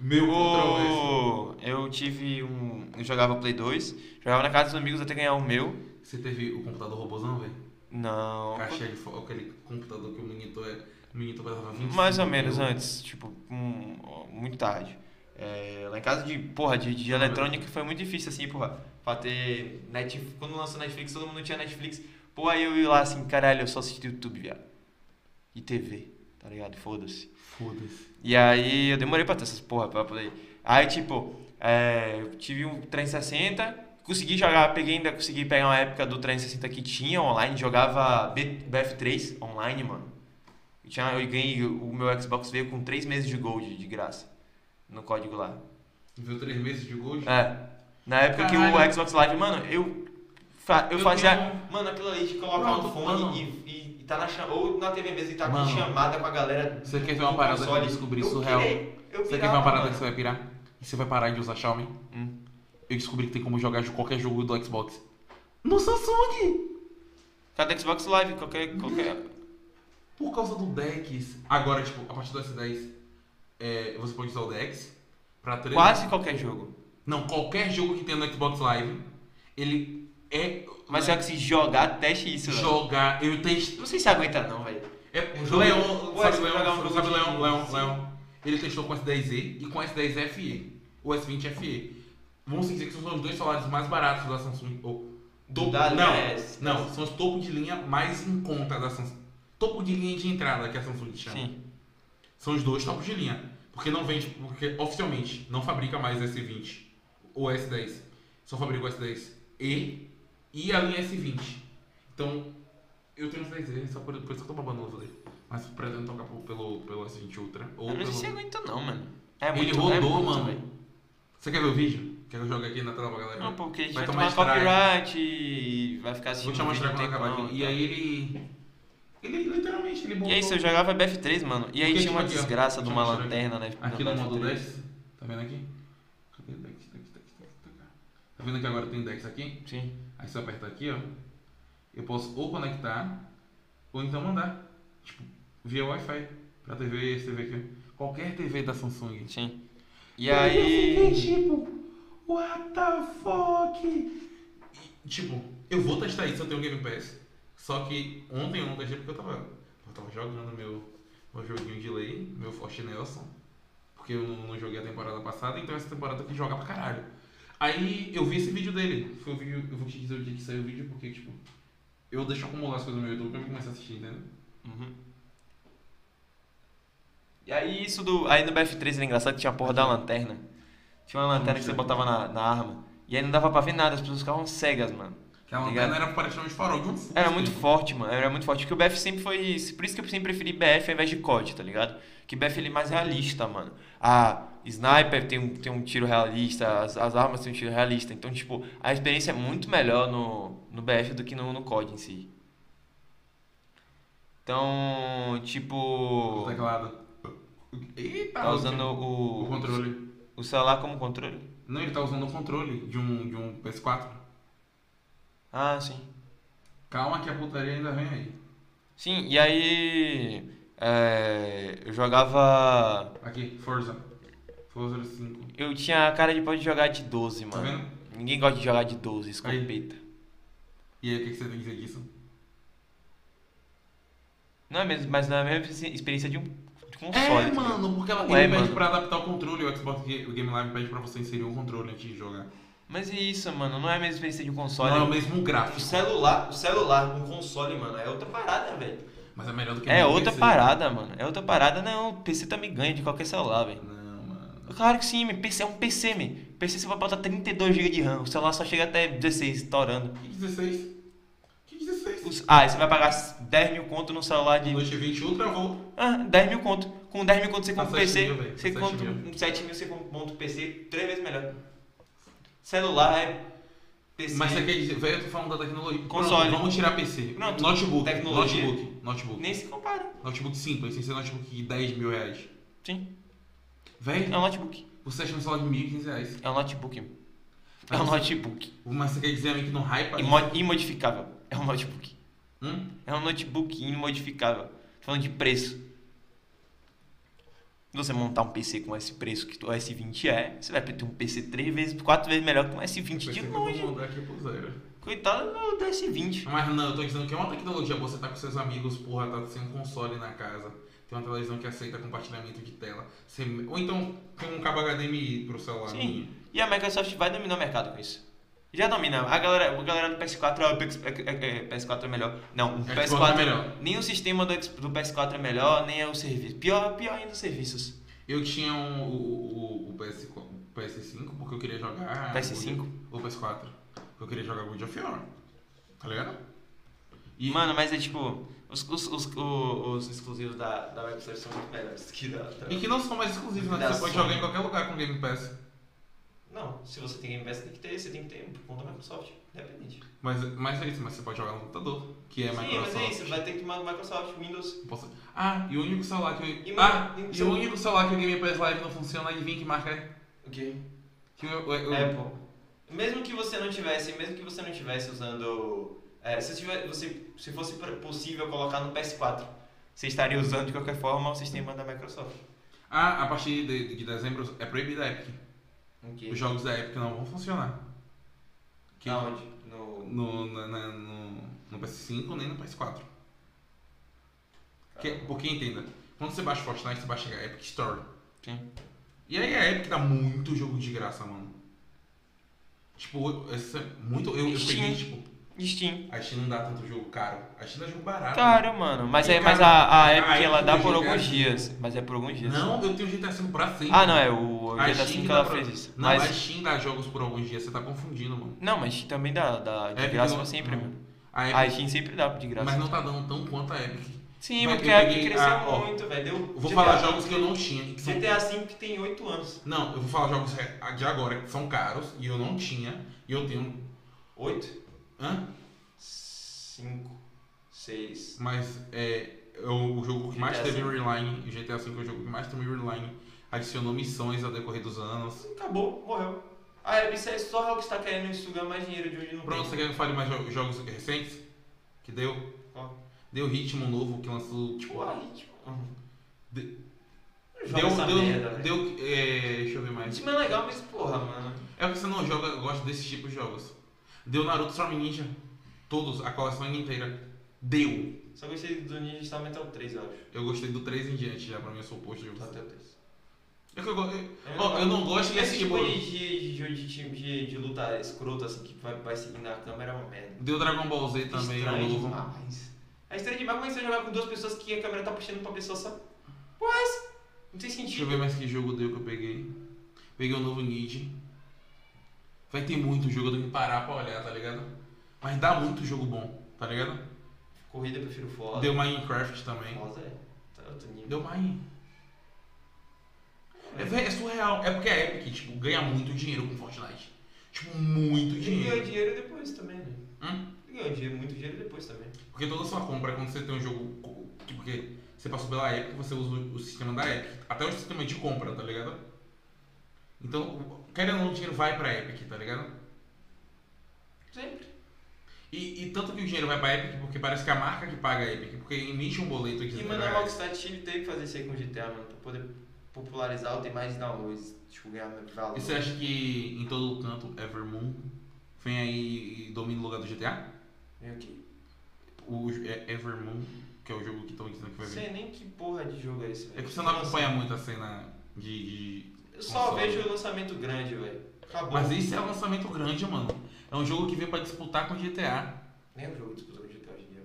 Meu controle.
Eu tive um. Eu jogava Play 2, jogava na casa dos amigos até ganhar o meu.
Você teve o computador robôzão, velho?
Não.
Caixa de fogo, aquele computador que o monitor é. O monitor pesava 25
Mais ou menos
mil.
antes, tipo, um, muito tarde. É, lá em casa de, porra, de, de eletrônica foi muito difícil, assim, porra, pra ter Netflix. Quando lançou Netflix, todo mundo tinha Netflix. Pô, aí eu ia lá assim, caralho, eu só assisti YouTube, viado. E TV, tá ligado? Foda-se.
Foda-se.
E aí eu demorei pra ter essas porra pra poder. Aí, tipo, é, eu tive um 360, Consegui jogar, peguei ainda, consegui pegar uma época do 360 que tinha online, jogava B- BF3 online, mano. E Tinha, eu ganhei, o meu Xbox veio com 3 meses de gold de graça no código lá.
Viu três meses de gols?
É. Na época que
Caralho.
o Xbox Live, mano, eu, fa- eu
Eu
fazia.
tenho- um-
Mano, aquilo ali de colocar
Pronto,
um fone
mano.
e, e, e tá na chama, ou na TV mesmo e tá
Mano.
com chamada com a galera.
Você quer ver
do
uma parada que eu
console.
descobri
Eu
surreal?
pirei, eu
Você quer ver
pirava,
uma parada
mano.
que você vai pirar? E você vai parar de usar Xiaomi?
Hum.
Eu descobri que tem como jogar qualquer jogo do Xbox. No Samsung!
Cada Tá Xbox Live, qualquer. qualquer...
Por causa do Dex. Agora, tipo, a partir do S10, é, você pode usar o Dex. Pra três...
Quase qualquer jogo.
Não, qualquer jogo que tenha no Xbox Live, ele é...
Mas
é
só que se jogar, teste isso, velho.
Jogar, eu testei...
Não sei se aguenta não, velho.
É,
Um jogo-
Leon,
Ué,
sabe
você vai jogar um
Leon,
jogo
sabe
de-
Leon, Leon,
Sim.
Leon. Ele testou com S10e e com S10 FE, ou S20 FE. Vamos dizer que são os dois salários mais baratos da Samsung, ou topo,
Da
não,
AliExpress.
não, são os topo de linha mais em conta da Samsung. Topo de linha de entrada que a Samsung chama.
Sim.
São os dois topos de linha, porque não vende, porque oficialmente não fabrica mais S20 ou S10. Só fabrica o S10e e a linha S20. Então, eu tenho S10e, só por, por isso que eu tô babando ovo dele. Mas pretendo tocar pelo, pelo, pelo S20 Ultra. Ou
Eu não
pelo...
sei se aguenta não, mano. É
Ele
muito,
rodou,
é muito,
mano.
velho.
Você quer ver o vídeo? Quer que eu jogue aqui na tela pra galera?
é- Não, porque a gente
Vai
vai,
tomar
tomar, copyright e vai ficar
Vou
assistindo
te mostrar
vídeo
quando
um
acabar
tempão
aqui. E aí ele... Ele literalmente, ele
tal.
botou...
E é isso, eu jogava BF3, mano. E aí
Porque,
tinha uma
tipo, aqui, ó.
desgraça de
Deixa eu
uma
mostrar
lanterna, né?
Aqui no
na
modo
BF3.
Dex, tá vendo aqui? Cadê Tá o Dex? Dex, Dex, Dex, Dex. Tá vendo que agora tem Dex aqui?
Sim.
Aí você aperta aqui, ó. Eu posso ou conectar, ou então mandar. Tipo, via Wi-Fi. Pra TV, esse TV aqui. ó. Qualquer TV da Samsung.
Sim. E
Eu fiquei
aí.
tipo, what the fuck? E, tipo, eu vou testar isso, eu tenho um Game Pass. Só que ontem eu não testei porque eu tava, eu tava jogando meu, meu joguinho de lei, meu Forte Nelson. Porque eu não, não joguei a temporada passada, então essa temporada eu tenho que jogar pra caralho. Aí eu vi esse vídeo dele. Foi o vídeo, eu vou te dizer o dia que saiu o vídeo, porque, tipo, eu deixo acumular as coisas no meu YouTube pra eu começar a assistir, entendeu?
Uhum. E aí isso do. Aí no BF3 era engraçado que tinha a porra da lanterna. Tinha uma lanterna que você botava na, na arma. E aí não dava pra ver nada, as pessoas ficavam cegas, mano.
Que a
Obrigado.
lanterna era praticamente farol de um fusca.
Era muito forte, mano. Era muito forte. Porque o BF sempre foi. Por isso que eu sempre preferi BF ao invés de COD, tá ligado? Que BF ele é mais realista, mano. A sniper tem um, tem um tiro realista, as, as armas têm um tiro realista. Então, tipo, a experiência é muito melhor no, no BF do que no, no COD em si. Então, tipo.
O teclado. Eita,
Tá usando
o
o,
controle.
o celular como controle?
Não, ele tá usando o controle de um, de um PS4.
Ah, sim.
Calma que a putaria ainda vem aí.
Sim, e aí. é, eu jogava.
Aqui, Forza. Forza 5.
Eu tinha a cara de pode jogar de 12,
Tá
mano.
vendo?
Ninguém gosta de jogar de 12, escopeta.
E aí, o que, que você tem a dizer disso?
Não é mesmo, mas não é a mesma experien- experiência de um de console. tá ligado?
É, porque ela
Ué,
ele pede
mano.
pra adaptar o controle. O Xbox Ga- o Game Live pede pra você inserir um controle antes de jogar.
Mas é isso, mano. Não é a mesma experiência de um console.
Não é o mesmo gráfico,
celular, o celular com console, mano, é outra parada, velho.
mas é melhor do que
É
no
outra
PC.
parada, mano. É outra parada. Não, o PC também ganha de qualquer celular, velho.
Não, mano.
Claro que sim, meu. PC é um PC, meu. PC você vai botar 32GB de RAM, o celular só chega até 16, estourando.
Que 16? Que 16?
Os- Ah, aí você vai pagar 10 mil conto num celular de.
Noite 20 Ultra Volt.
Ah, 10 mil conto. Com 10 mil conto você compra um
Tá 7
PC.
mil, velho.
você
Tá 7
compra
mil.
um 7 mil, você compra um PC 3 vezes melhor. Celular é. PC.
Mas você quer dizer, velho, eu tô falando da tecnologia. Pronto,
Console.
vamos tirar PC.
Pronto.
Notebook.
Tecnologia.
Notebook. Notebook.
Nem se compara.
Notebook simples, sem ser notebook de 10 mil reais.
Sim.
Véi,
É um notebook.
você acha um celular de 1.500 reais.
É um notebook. É
Mas
um
você-
notebook.
Mas você quer dizer a mim que não hypa? isso?
Imo- Imodificável. É um notebook.
Hum?
É um notebook imodificável. Tô Falando de preço. Se você montar um PC com esse preço que o S20 é, você vai ter um PC 3 vezes, 4 vezes melhor que um S20
Pensei
de
que eu
longe.
vou mudar aqui pro zero.
Coitado do S20.
Mas não, eu tô dizendo que é uma tecnologia. Você tá com seus amigos, porra, tá sem um console na casa. Tem uma televisão que aceita compartilhamento de tela. Você- Ou então tem um cabo HDMI pro celular.
Sim. E a Microsoft vai dominar o mercado com isso. Já domina. A galera, a galera do PS4 é, o X- é- é- é- PS4 é melhor. Não, o
Xbox
PS4
é melhor.
Nem o sistema do, X- do PS4 é melhor, nem é o serviço. Pior, pior ainda os serviços.
Eu tinha um, o, o, o PS, 5 porque eu queria jogar.
PS5?
O PS4. Porque eu queria jogar God of War. Tá ligado? E,
Mano, mas é tipo, os, os, os, o- os exclusivos da, da Web Series são muito melhores que da. da-
e que não são mais exclusivos, né? Que
Da
Você pode
Sony.
jogar em qualquer lugar com Game Pass.
Não, se você tem Game Pass, tem que ter, você tem que ter por conta da Microsoft, independente.
Mas, mas é isso, mas você pode jogar no computador, que é
Sim,
Microsoft.
mas é isso, vai ter que tomar Microsoft, Windows.
Posso- Ah, e o único celular que eu...
E,
ah,
mano,
e
você-
o único celular que o Game Pass Live não funciona, adivinha que marca é?
O quê?
Que o- o- o-
Apple. É, Mesmo que você não tivesse, mesmo que você não tivesse usando. é, se, tiver, você, se fosse pr- possível colocar no PS4, você estaria usando de qualquer forma o sistema da Microsoft.
Ah, a partir de, de dezembro é proibida a Epic.
Ok.
Os jogos da Epic não vão funcionar. Que-
Aonde? No.
No, na- na- no, no PS5 nem no PS4. Que- porque entenda, quando você baixa Fortnite, você baixa a Epic Store.
Sim.
E aí a Epic dá muito jogo de graça, mano. Tipo, esse, muito. Eu, eu
Steam.
peguei, tipo,
Steam.
a China não dá tanto jogo caro. A China é jogo barato.
Caro, mano. Mas,
E
é, mas
caro.
a, a
Ah,
Epic
é
ela
que
dá
o
por
GTA
alguns
V.
dias. Mas é por alguns dias.
Não, eu tenho GTA V pra sempre.
Ah, não, é o
A
GTA V
Steam
que
dá
ela
pra-
fez isso.
Não, a
mas,
Steam dá jogos por alguns dias, você tá confundindo, mano.
não, mas também dá, dá de
É,
graça
porque
pra
eu-
sempre,
não.
mano.
A Epic,
A Steam sempre dá de graça.
mas não tá dando tão quanto a Epic.
Sim,
Mas eu
porque a Epic
peguei-
cresceu
ah, ó,
muito, velho. Deu
Eu vou
GTA
falar jogos que eu não tinha. que são-
GTA V que tem 8 anos.
Não, eu vou falar jogos de agora que são caros e eu não tinha. E eu tenho.
8?
Hã?
5, 6.
Mas é. eu- o jogo que mais
GTA
teve
V.
Reline, GTA V é o jogo que mais teve Reline, adicionou missões ao decorrer dos anos.
Acabou, morreu. A Epic é só o que está querendo sugar mais dinheiro de onde não
Pronto, você
tem.
quer que eu fale mais jo- jogos recentes? Que deu?
Ó.
Deu ritmo novo que lançou, tipo.
Pô, aí, tipo...
De-
Não joga
Deu,
essa
deu,
merda, velho.
deu, é, deixa eu ver
O
mais.
time é legal, mas porra, mano.
É porque você não joga, gosta desse tipo de jogos. Deu Naruto Storm Ninja. Todos, a coleção inteira. Deu.
Só gostei do Ninja Star Metal 3, eu acho.
Eu gostei do 3 em diante, já pra mim eu sou oposto de
Só
você.
até o 3.
É que eu, go- eu- ó, eu não gosto desse
Esse
tipo.
tipo de, de, de, de, time de, de luta escroto, assim, que vai, vai seguindo a câmera é uma merda.
Deu Dragon Ball Z também, o
Estranho
novo.
demais. É estranho demais como é que você jogar com duas pessoas que a câmera tá puxando pra pessoa só. Pô, é isso? Não tem
Deixa eu
sentido.
ver mais que jogo deu que eu peguei. Peguei o novo Nid. Vai ter muito jogo, eu tenho que parar pra olhar, tá ligado? Mas dá muito jogo bom, tá ligado?
Corrida eu prefiro Forza.
Deu Minecraft também.
Forza é. Tá outro nível.
Deu Mine. É, véi, é surreal. É porque a Epic, tipo, ganha muito dinheiro com Fortnite. Tipo, muito
Ele ganhou
dinheiro.
dinheiro depois também, né?
Hum?
Ele Ganhou dinheiro, muito dinheiro depois também.
Porque toda sua compra, quando você tem um jogo. co- que- Porque você passou pela Epic, você usa o o sistema da Epic. Até o sistema de compra, tá ligado? Então, o- querendo ou não, o dinheiro vai pra Epic, tá ligado?
Sempre.
E, e tanto que o dinheiro vai pra Epic, porque parece que é a marca que paga a Epic, porque emite um boleto de
E,
19
mano, é a
reais.
Rockstar Chile teve que fazer isso aí com o GTA, mano, pra poder popularizar ou ter mais downloads, tipo, ganhar valor.
E você acha que em todo canto, Evermoon vem aí e domina o lugar do GTA?
Vem aqui.
O é Evermoon, que é o jogo que estão dizendo que vai vir.
Sei nem que porra de jogo é esse, velho.
É que você não acompanha muito a cena de. de-
Eu só
console.
vejo o lançamento grande, velho. Acabou.
Mas esse é um lançamento grande, mano. É um jogo que veio pra disputar com GTA.
Nem o jogo disputou com o GTA hoje em dia.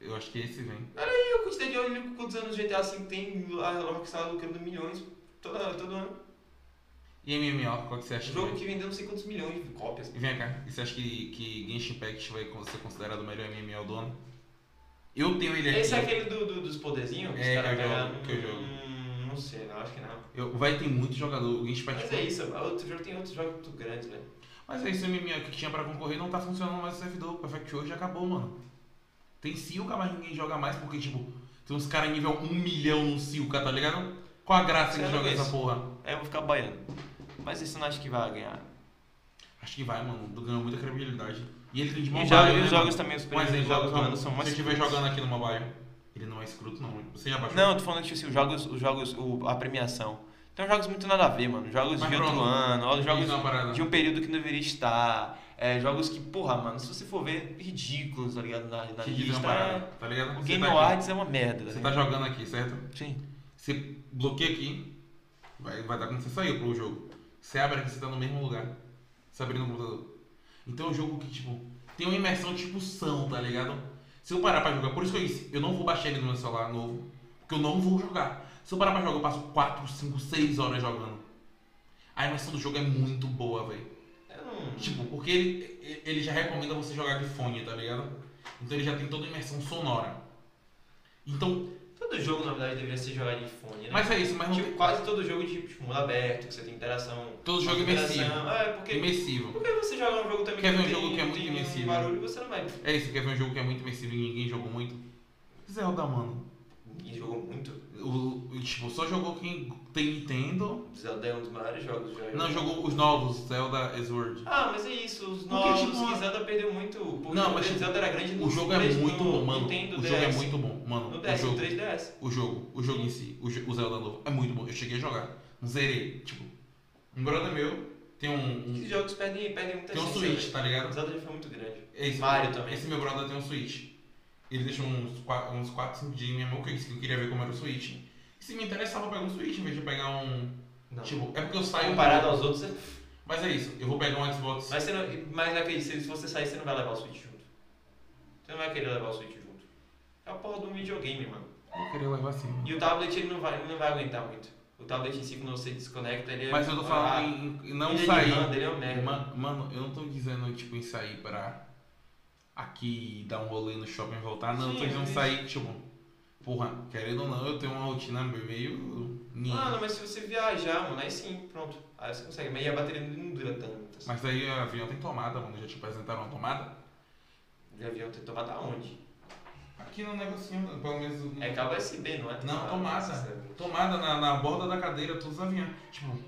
Eu acho que é esse vem.
E eu quantidade de olho quantos anos o GTA V assim, tem, a Rockstar lucrando milhões toda, todo ano.
E MMO, qual que você acha que
Jogo
vem?
que vendeu não sei quantos milhões de cópias.
E vem cá, e você acha que, que Genshin Impact vai con- ser considerado o melhor MMO do ano? Eu tenho ele aqui.
Esse é aquele do, do- dos poderzinhos? que os
É,
caras
que eu
pegam?
jogo, que eu jogo.
Hum, não sei, não, acho que não.
Eu- vai ter muito jogador. O Genshin Impact.
Mas é isso, outro jogo tem outros jogos muito grandes, velho.
Mas é isso, o MMO que tinha pra concorrer não tá funcionando mais o servidor. O Perfect World já acabou, mano. Tem Silca, mas ninguém joga mais porque, tipo, tem uns caras nível 1 milhão no Silca, tá ligado? Qual a graça de
Sério
jogar
mesmo?
essa porra?
Aí É, eu vou ficar baiano. Mas esse eu não acho que vai ganhar.
Acho que vai, mano. Ganhou muita credibilidade. E ele tem de
E
mobile.
os jogos,
né,
e os
mano?
jogos também, os
Um
primeiros
exemplo,
jogos do ano
mano,
são
se você
mais.
estiver jogando aqui no mobile, ele não é escroto, não. hein? Você já baixou?
Não, eu tô falando tipo assim, os jogos, os jogos, o- a premiação. Tem jogos muito nada a ver, mano. Jogos
Mas
de outro
pronto.
ano, ó,
Diz
jogos
uma parada.
de um período que não deveria estar. É, jogos que, porra, mano, se você for ver, ridículos, tá ligado? Na, na
Que diz uma
lista.
parada, tá ligado?
O
Você
Game
tá aqui.
Awards é uma merda,
Você
né?
tá jogando aqui, certo?
Sim.
Você bloqueia aqui, vai, vai dar quando você saiu pro jogo. Você abre aqui, você tá no mesmo lugar. Você abre no computador. Então é um jogo que, tipo, tem uma imersão tipo são, tá ligado? Se eu parar pra jogar, por isso que eu disse, eu não vou baixar ele no meu celular novo, porque eu não vou jogar. Se eu parar pra jogar, eu passo 4, 5, 6 horas jogando. A imersão do jogo é muito boa, velho.
Eu não.
Tipo, porque ele, ele já recomenda você jogar de fone, tá ligado? Então ele já tem toda a imersão sonora. Então,
Todo jogo, na verdade, deveria ser jogado em fone, né?
mas é isso, mas não
Tipo,
tem
quase todo jogo de tipo, mundo aberto, que você tem interação.
Todo jogo
interação.
imersivo.
É, porque,
imersivo.
porque você joga um jogo também
Quer ver um
não
jogo que é
não
muito
tem
imersivo?
barulho, você não vai.
É isso, quer ver um jogo que é muito imersivo e ninguém jogou muito? Zelda, mano.
Ninguém jogou muito.
O, o- tipo, só jogou quem tem Nintendo,
Zelda é um dos maiores jogos já.
não jogou os novos, Zelda Sword.
Ah, mas é isso, os
Porque,
novos
tipo,
que Zelda perdeu muito. Porque
Não, mas, tipo,
o Zelda era grande no
O jogo é
3,
muito
no
bom, mano.
Nintendo
O jogo é
DS,
muito bom, mano.
No
O
DS, no
jogo,
3DS.
o jogo, o jogo em si, o, jo- o Zelda novo, é muito bom. Eu cheguei a jogar, não zerei. Tipo, um brother meu tem um. um-
Esses jogos perdem, perdem muita
tem um
essência,
Switch,
velho.
tá ligado?
O Zelda já foi muito grande.
Esse,
Mario também.
Esse meu brother tem um Switch. Ele deixou uns 4, uns 4 5 dias em minha mão que eu disse que eu queria ver como era o Switch. E se me interessava, eu pego um Switch em vez de pegar um.
Não.
Tipo, é porque eu saio.
Comparado aos outros, é-
Mas é isso, eu vou pegar um Xbox.
mas, você não, mas não acredito, se você sair, você não vai levar o Switch junto. Você não vai querer levar o Switch junto. É a porra do videogame, mano.
Eu queria levar assim. mano.
E o tablet, ele não vai, ele não vai aguentar muito. O tablet em si, quando você desconecta, ele é...
Mas eu tô
ah,
falando em, em não
ele é
sair.
irmã, Ele é um merda.
Ma- Mano, eu não tô dizendo, tipo, em sair pra aqui dar um rolê no shopping e voltar, não,
Sim,
tô dizendo
sim.
sair, tipo, porra, querendo ou não, eu tenho uma rotina meio. ninha.
Mano, mas se você viajar, mano, aí sim, pronto. Aí você consegue. Mas aí a bateria não dura tanto. Assim.
Mas daí o avião tem tomada, mano, já te apresentaram uma tomada?
De avião tem tomada aonde?
Aqui no negocinho, pelo menos. no-
É cabo USB, não é?
Não, tomada.
sabe?
Tomada na, na borda da cadeira, todos os aviões. Tipo,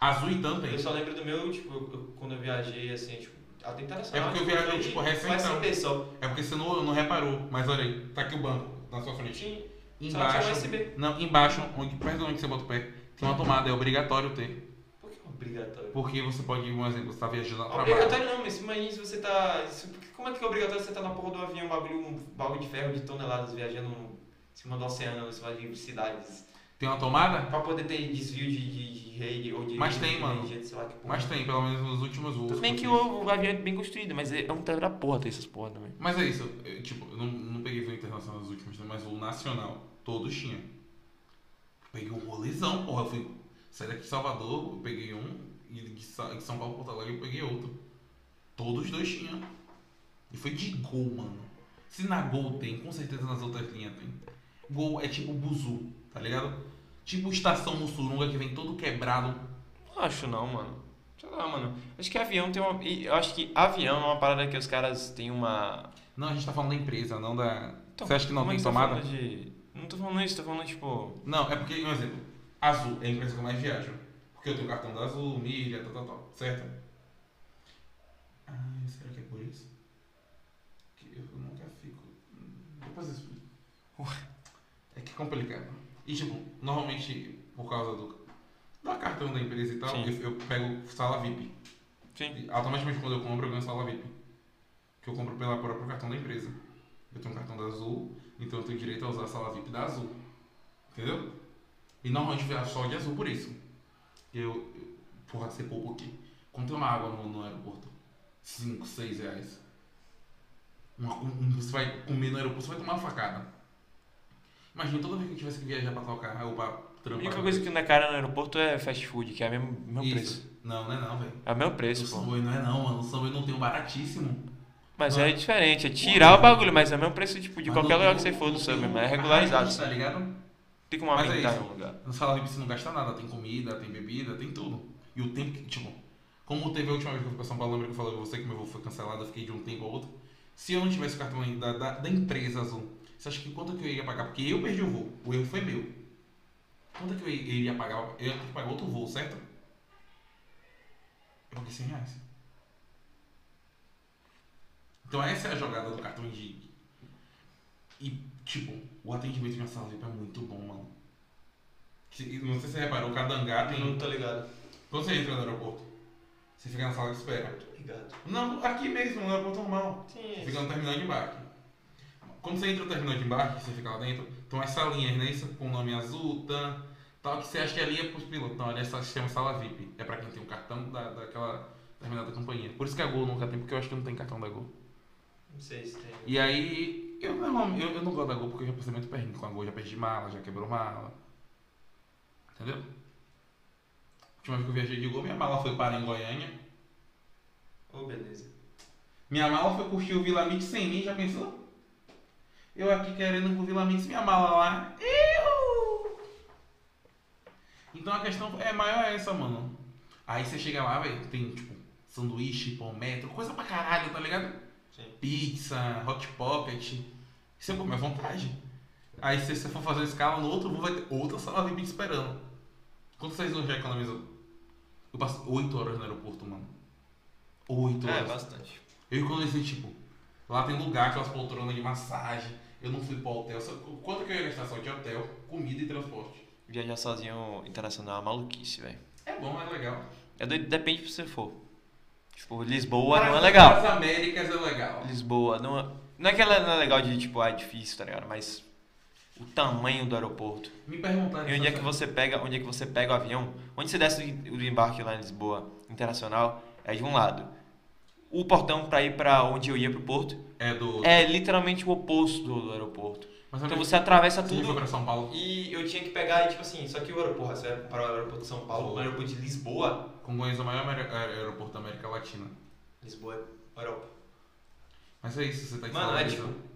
azul e tampa, é hein?
Eu só lembro do meu, tipo, eu- eu- quando eu viajei, assim, tipo, até internacional.
É porque eu
tipo,
viajei, tipo,
fui-
recentão.
Um USB só.
É porque você não, não reparou, mas olha aí, tá aqui o banco, na sua frente.
Tinha, só tinha um
Embaixo.
USB.
Não, embaixo, onde, perto de onde você bota o pé, tem uma tomada, é obrigatório ter.
Por que é obrigatório?
Porque você pode, um exemplo, você tá viajando a trabalho.
Obrigatório não, mas imagina se você tá. se- como é que é obrigatório você tá na porra do avião, um bagulho, um balde de ferro de toneladas viajando no- em cima do oceano, em cima de cidades?
Tem uma tomada?
Pra poder ter desvio de, de, de rede ou de.
Mas tem,
de,
mano.
De, sei lá, que porra.
Mas tem, pelo menos nos últimos voos.
Tudo bem que
eu fiz.
o, o avião é bem construído, mas é é um teto da porra ter essas porra também.
Mas é isso, eu, tipo, eu não, não peguei voo internacional nos últimos, né, mas voo nacional, todos tinha. Peguei um rolezão, porra, eu fui. Saí daqui de Salvador, eu peguei um, e de, Sa- de São Paulo Porto Alegre eu peguei outro. Todos dois tinham. E foi de gol, mano. Se na gol tem, com certeza nas outras linhas tem. Gol é tipo buzu, tá ligado? Tipo estação Mussurunga que vem todo quebrado,
Não acho não, mano. Sei lá, mano. Acho que avião tem uma. e Eu acho que avião é uma parada que os caras têm uma.
Não, a gente tá falando da empresa, não da.
Então,
Você acha que não
como é
tem
tá
tomada?
falando de- Não tô falando isso, tô falando tipo.
Não, é porque, um exemplo, Azul é a empresa que eu mais viajo. Porque eu tenho cartão da Azul, milha, tal, tal, tal, certo? Ah, será que é por isso? Que eu nunca fico. Hum, Depois eu explico. É que é complicado. E tipo, normalmente, por causa do. Do cartão da empresa e tal,
Sim.
eu, eu pego sala VIP.
Sim.
E automaticamente quando eu compro, eu ganho sala VIP. Que eu compro pela própria cartão da empresa. Eu tenho um cartão da Azul, então eu tenho direito a usar a sala VIP da Azul. Entendeu? E normalmente eu viajo só de azul por isso. Eu, eu porra, ser pouco aqui. Comprei é uma água no, no aeroporto. 5, 6 reais. Uma- um- um- você vai comer no aeroporto, você vai tomar uma facada. Imagina toda vez que eu tivesse que viajar pra tocar ou pra
A
trampar.
única coisa que não é cara no aeroporto é fast food, que é o mesmo, mesmo
Isso.
preço.
Não, não é não, velho.
É o mesmo
O
preço, pô.
Subway não é não, mano. O Subway não tem um baratíssimo.
Mas
Não
é
é?
diferente, é tirar o bagulho, mas é o mesmo preço tipo, de
Mas
qualquer
não
lugar que
tem
você
um-
for do
não tem
sub,
um
mas é regularizado.
cardápio, Tá ligado?
Tem como
Mas é
aumentar tá em
isso.
algum lugar.
No salário VIP você não gasta nada. Tem comida, tem bebida, tem tudo. E o tempo que, tipo, como teve a última vez que eu fui pra São Paulo, lembra que eu falei pra você que meu voo foi cancelado, eu fiquei de um tempo a outro. Se eu não tivesse o cartão aí da, da, da empresa Azul, você acha que quanto que eu iria pagar? Porque eu perdi o voo, o erro foi meu. Quanto que eu i- iria pagar? Eu ia ter que pagar outro voo, certo? Eu paguei 100 reais. Então essa é a jogada do cartão de. E, tipo, o atendimento de uma sala VIP é muito bom, mano. Se- Não sei se você reparou, cada hangar tem
tô Tá ligado.
quando você entra no aeroporto, você fica na sala de espera.
Tô tá ligado.
Não, aqui mesmo, no aeroporto normal.
Sim,
Você fica no terminal de embarque. Quando você entra no terminal de embarque, você fica lá dentro, então as salinhas, né? Isso com o nome azul, tan, tal, que você acha que ali é pros pilotos. Não, ali é só- se chama sala VIP. É pra quem tem um cartão da, daquela determinada companhia. Por isso que a Gol nunca tem, porque eu acho que não tem cartão da Gol.
Não sei se tem.
E aí, eu não, eu, eu não gosto da Gol porque eu já passei muito perrengue com a Gol, já perdi mala, já quebrou mala. Entendeu? A última vez que eu viajei de Gol, minha mala foi parar em Goiânia.
Ô, beleza.
Minha mala foi curtir o Vila Mix sem mim, já pensou? Eu aqui querendo ir pro Vila Mix, minha mala lá. Iu! Então a questão é maior é essa, mano. Aí você chega lá, velho, tem tipo sanduíche, pão metro, coisa pra caralho, tá ligado?
Sim.
Pizza, hot pocket. Você come à vontade. Aí se você for fazer uma escala no outro, voo, vai ter outra sala de pizza esperando. Quanto vocês não já economizou? Eu passo 8 horas no aeroporto, mano. 8
É,
horas.
bastante.
Eu economizei, tipo, lá tem lugar, aquelas poltronas um de massagem. Eu não fui pro hotel. Sabe qu- Quanto que eu ia gastar só de hotel, comida e transporte?
Viajar sozinho internacional é uma maluquice, velho.
É bom, é legal.
É doido, depende pra você for. Tipo, Lisboa não é
Pra-
legal.
As Américas é legal.
Lisboa não é. Não é que ela não é legal de tipo, ah, é difícil, tá ligado? Mas o tamanho do aeroporto.
Me perguntaram.
E onde é
essa-
que você pega, onde é que você pega o avião? Onde você desce o embarque lá em Lisboa Internacional é de um lado. O portão pra ir pra onde eu ia pro porto
É do.
é literalmente o oposto do, do aeroporto.
Mas sabe
Então
que-
você atravessa
você já foi
tudo.
pra São Paulo
E eu tinha que pegar, e, tipo assim, só que o aeroporto, você vai para o aeroporto de São Paulo, o aeroporto de Lisboa.
Congonhas é o maior aer- aer- aeroporto da América Latina.
Lisboa é Europa.
Mas é isso, você tá em
Mano, é
Salvador.
tipo.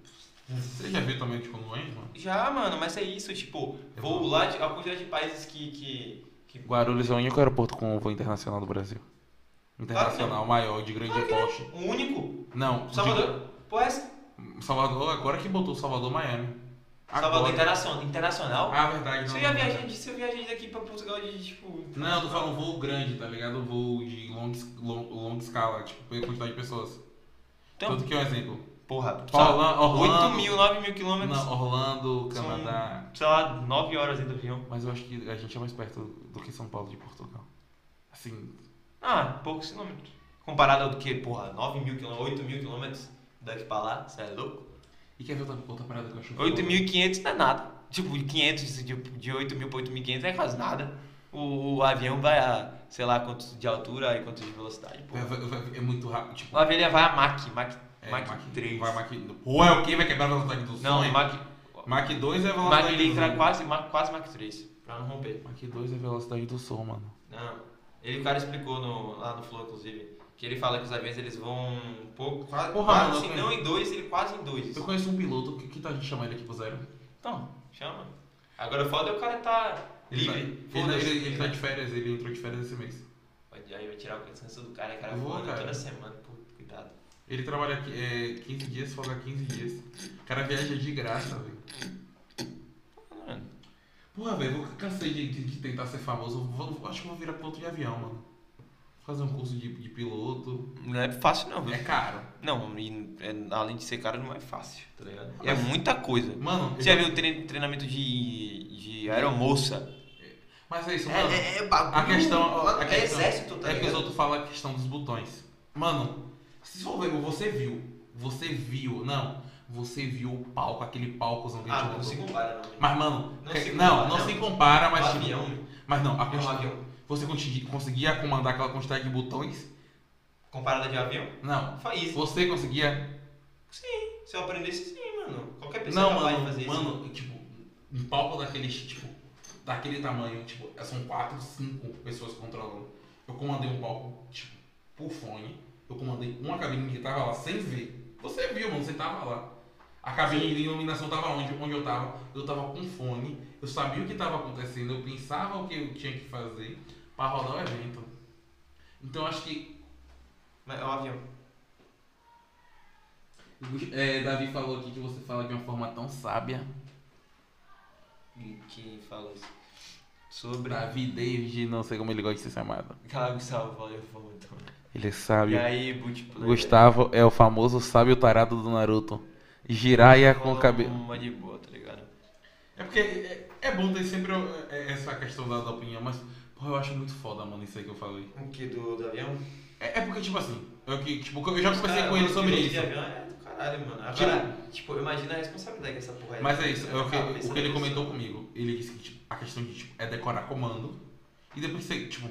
Você já viu também de Congonhas, mano?
Já, mano, mas é isso, tipo,
Eu
vou
vou.
lá, de, a quantidade de países que. que, que
Guarulhos é o único aeroporto com voo internacional do Brasil. Internacional, maior, de grande porte.
o um único.
Não, de-
Salvador. Pô, é
Salvador, agora que botou Salvador Miami.
Salvador
Agora.
Internacional. internacional.
Ah, verdade.
se
não,
eu ia
não,
viajar de- se eu viajar daqui pra Portugal de tipo.
Não, eu tô falando voo grande, tá ligado? Voo de longa, es- lon- longa escala, tipo, pela quantidade de pessoas.
Então-
Tanto que é um exemplo.
Porra,
Orla- Orlando.
8 mil, 9 mil quilômetros.
Não, Orlando,
São-
Canadá.
Sei lá, 9 horas ainda do avião.
Mas eu acho que a gente é mais perto do que São Paulo de Portugal. Assim,
Ah, poucos quilômetros. Comparado ao que, porra, 9 mil quilômetros, 8 mil quilômetros daqui pra lá, você é louco?
e quer ver outra, outra parada que eu acho foda?
8.500 não é nada. Tipo, 500, de, de 8 mil pra 8.500 é quase nada. O, o avião vai a, sei lá, quantos de altura e quantos de velocidade, pô.
Vai- vai- vai- É muito rápido, tipo...
O avião ele vai a Mach, Mach,
é,
Mach 3.
Vai Mach... Ou é o que? Vai quebrar a velocidade do
não,
sonho?
Mach,
Mach 2 é
Mach
a velocidade
ele
do
entra
sonho.
quase, Mach, quase Mach 3, pra não romper.
Mach 2 é a velocidade do som, mano.
Não, ele, o cara explicou no, lá no Flow, inclusive, que ele fala que os aviões eles vão um pouco, quase,
Porra,
quase
mano,
se
eu
não em um dois, ele quase em dois.
Eu conheço um piloto, que, que tal a gente chamar ele aqui pro zero?
Então, chama. Agora o foda é o cara tá livre.
Ele, tá, ele,
foda-se.
ele- ele tá de férias, ele entrou de férias esse mês.
Vai- Aí vai tirar o cansaço do cara, cara
Eu vou,
voando
cara.
toda semana, pô, cuidado.
Ele trabalha aqui, é, 15 dias, folga 15 dias. O cara viaja de graça, velho. Porra, velho, eu cansei de, de- de tentar ser famoso. Eu vou- acho que eu vou virar piloto de avião, mano. Fazer um curso de, de piloto.
Não é fácil não, viu?
É caro.
Não, e é- além de ser caro, não é fácil, tá ligado? E é
Mas-
muita coisa.
Mano, eu
Você já
já-
viu o trein- treinamento de, de aeromoça?
mas é isso, mano.
é bagulho.
A questão, a
é
questão
exército, tá
é que os
ligado?
outros falam a questão dos botões. Mano, se for ver, você viu. Você viu. Não. Você viu o palco, aquele palco que
Ah,
a gente
não
montou.
se compara, não.
Mas, mano,
Não
que-
se
não,
compara,
não,
não.
se compara, mas.
Um
tipo,
avião,
Mas não, a
é um
quanti-
avião.
você consegui- conseguia comandar aquela quantidade de botões?
Comparada de avião,
Não.
faz isso.
Você conseguia?
Se eu aprendesse, sim, mano. Qualquer pessoa
Não,
é capaz de
mano.
fazer isso.
Mano, tipo, um palco daquele, tipo, daquele tamanho, tipo, são quatro, cinco pessoas controlando. Eu comandei um palco, tipo, por fone. Eu comandei uma cabine que tava lá sem ver. Você viu, mano, você tava lá. A cabine de iluminação tava onde? Onde eu tava? Eu tava com fone, eu sabia o que tava acontecendo, eu pensava o que eu tinha que fazer pra rodar o evento. Então acho que
Mas é um avião.
É, Davi falou aqui que você fala de uma forma tão sábia.
Quem fala isso? Sobre. Ah,
Davi David, não sei como ele gosta de ser chamado.
Cala, Gustavo, valeu, foi muito.
Ele é
então. E
sábio.
aí, múltiplo.
Gustavo é o famoso sábio tarado do Naruto. Jiraiya com o
Rola
cabelo.
Uma de boa, tá ligado?
É porque é, é bom ter sempre é, é, essa questão da, da opinião, mas porra, eu acho muito foda, mano, isso aí que eu falei.
O que do, do avião?
É, é porque, tipo assim, eu, que, tipo, eu já conversei
Cara,
com ele
o
sobre
piloto
isso.
De avião é
tipo,
do caralho, mano. Agora, tipo, imagina a responsabilidade que essa porra é.
né?
Mas é isso, é o que,
Cara,
o
pensa
que ele
nisso.
comentou comigo. Ele disse que tipo, a questão de tipo, é decorar comando. E depois que você, tipo,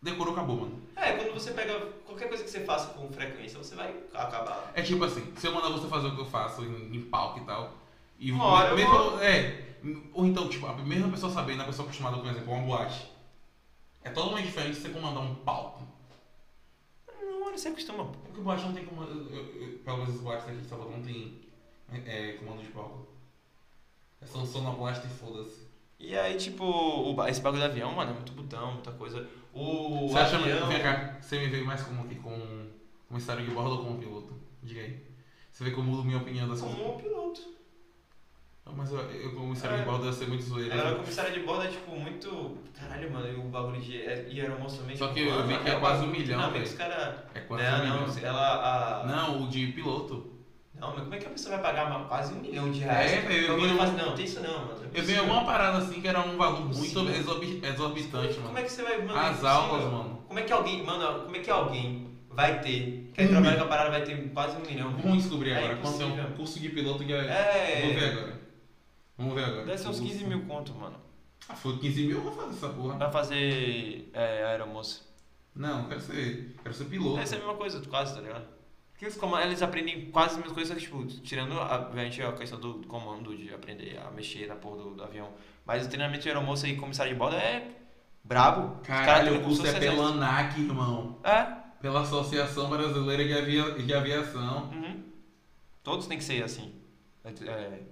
decorou, acabou, mano.
É, quando você pega qualquer coisa que você faça com frequência, você vai acabar.
É tipo assim, se eu mandar você fazer o que eu faço em, em palco e tal. E
Uma hora eu
mesmo,
vou-
É. Ou então, tipo, a mesma pessoa sabendo, a pessoa acostumada, por exemplo, a uma boate. É totalmente diferente você comandar um palco.
Não, olha
você acostuma, pô.
Porque o boate não tem comando. eu- eu- Pelo menos os boates daqui de Salvador não tem é, é, comando de palco. É só sonoplasta e foda-se.
E aí, tipo, o, ba- esse bagulho do avião, mano, é muito botão, muita coisa. O
Você acha é
avião...
Vem cá, você me veio mais como aqui com comissário de bordo ou como piloto? Diga aí. Você vê como muda minha opinião das coisas.
Como um piloto.
Ah, Mas eu, eu como comissário
É.
de bordo ia ser muito zoeira.
Ela era comissária de bordo, é, tipo, muito... Caralho, mano, e o bagulho de... E aeromoça também,
Só
tipo,
que eu
mano,
vi que é
um
quase um
bagulho-
milhão,
Não,
velho.
mas os caras...
É quase um milhão.
Não, não, ela... A...
Não, o de piloto.
Não, mas como é que a pessoa vai pagar uma- quase um milhão de reais?
É, velho, eu
Bagulho
vi um-
faz- Não, tem isso não, mano.
Eu vi alguma parada assim que era um valor muito
Impossível.
exorbi- exorbitante,
Como
mano.
é que você vai... Mano,
As
é
aulas,
impossível.
mano.
Como é que alguém... Mano, como é que alguém vai ter... Quem trabalha com a parada vai ter quase um milhão?
Vamos descobrir
É
agora. Quanto é um
impossível.
curso de piloto que é.
É...
Vamos ver agora. Vamos ver agora.
Deve ser uns 15 mil conto, mano.
Ah, foi 15 mil, eu vou fazer essa porra.
Pra fazer é, aeromoça.
Não, eu quero ser. Quero ser piloto.
Deve ser a mesma coisa, quase, tá ligado? Porque eles, comandam- eles aprendem quase as mesmas coisas, que, tipo, tirando a, obviamente, a questão do comando, de aprender a mexer na porra do, do avião. Mas o treinamento de aeromoça e comissário de bordo é brabo. Os caras
Caralho,
treinam
o
como se
curso é
fosse
pela
exército.
ANAC, irmão.
É,
Pela Associação Brasileira de, Avia- de Aviação.
uhum. Todos têm que ser assim. É, é,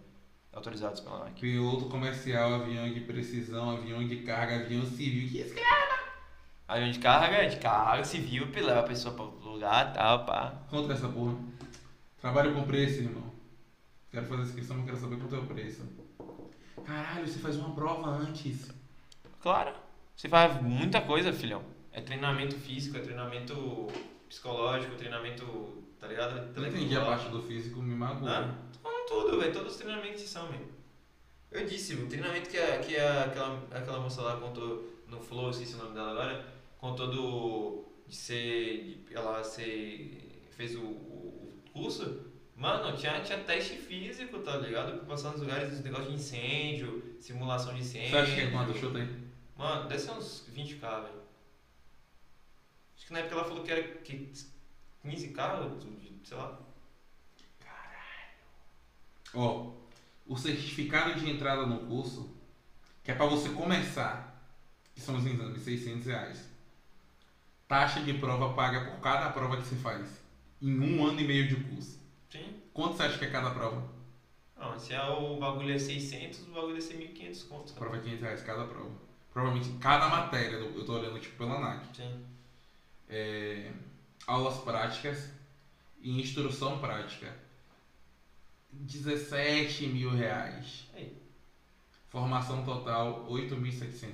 autorizados pela ANAC.
Piloto comercial, avião de precisão, avião de carga, avião civil. Que isso, cara?
Avião de carga, é de carga, civil, leva a pessoa pra outro lugar, tá? tal, pá.
Contra essa porra. Trabalho com preço, irmão. Quero fazer inscrição, mas quero saber quanto é o preço. Caralho, você faz uma prova antes.
Claro. Você faz muita coisa, filhão. É treinamento físico, é treinamento psicológico, treinamento, tá ligado?
Eu não entendi a parte do físico, me magoou.
Hã? Tô falando tudo, velho. Todos os treinamentos são, meu. Eu disse, o treinamento que, a, que a, aquela, aquela moça lá contou no Flow, esqueci o nome dela agora, contou do. de ser. de- ela ser. fez o, o o curso. Mano, tinha, tinha teste físico, tá ligado? Passar nos lugares, os negócios de incêndio, simulação de incêndio.
Você acha que é quanto? Chuta aí.
Mano, deve ser uns 20k, velho. Acho que na época ela falou que era que 15k, ou de- sei lá.
Ó, o certificado de entrada no curso, que é pra você começar, que são os exames, 600 reais. Taxa de prova paga por cada prova que você faz, em um ano e meio de curso.
Sim.
Quanto você acha que é cada prova?
Não, se é o bagulho é 600, o bagulho é ser 1500 conto. cara.
Prova é 500 reais cada prova. Provavelmente cada matéria, eu tô olhando tipo pela ANAC.
Sim.
É, aulas práticas e instrução prática. 17 mil reais.
Aí.
Formação total, 8.700.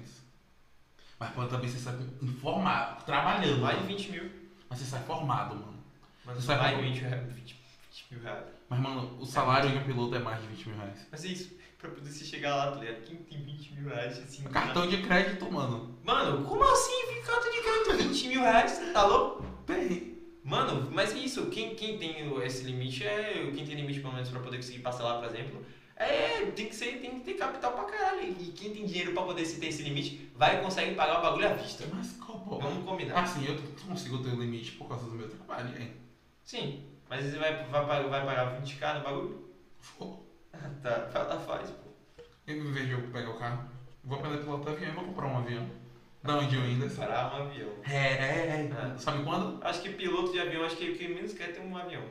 Mas pô, também você sai informado, trabalhando.
Mais de
mano.
20 mil.
Mas você sai formado, mano.
Mas
Isso
não
é
vai
bom.
20, reais, 20, 20 mil reais.
Mas, mano, o salário de um piloto é mais de 20 mil reais.
Mas é isso, pra poder se chegar lá, tá ligado? Quem tem 20 mil reais assim.
Cartão de crédito, mano.
Mano, como assim? Vem cartão de crédito, 20 mil reais, você tá louco?
Tem.
Mano, mas é isso, quem, quem tem o- esse limite é. Quem tem limite pelo menos pra poder conseguir parcelar, por exemplo, é. Tem que ser, tem que ter capital pra caralho. E quem tem dinheiro pra poder se ter esse limite, vai e consegue pagar o bagulho à vista.
Mas qual porra?
Vamos combinar.
Assim, eu t- consigo ter um limite por causa do meu trabalho, hein?
Sim, mas você vai, vai, pa- vai pagar 20k no bagulho?
Vou.
Tá, vai lá, faz, pô.
Eu, em vez de eu pegar o carro, vou aprender a pilotar avião e vou comprar um avião. Da onde eu ainda, sabe?
Parar um avião.
É, é, é.
É.
Sabe quando?
Acho que piloto de avião, acho que o que menos quer é ter um avião.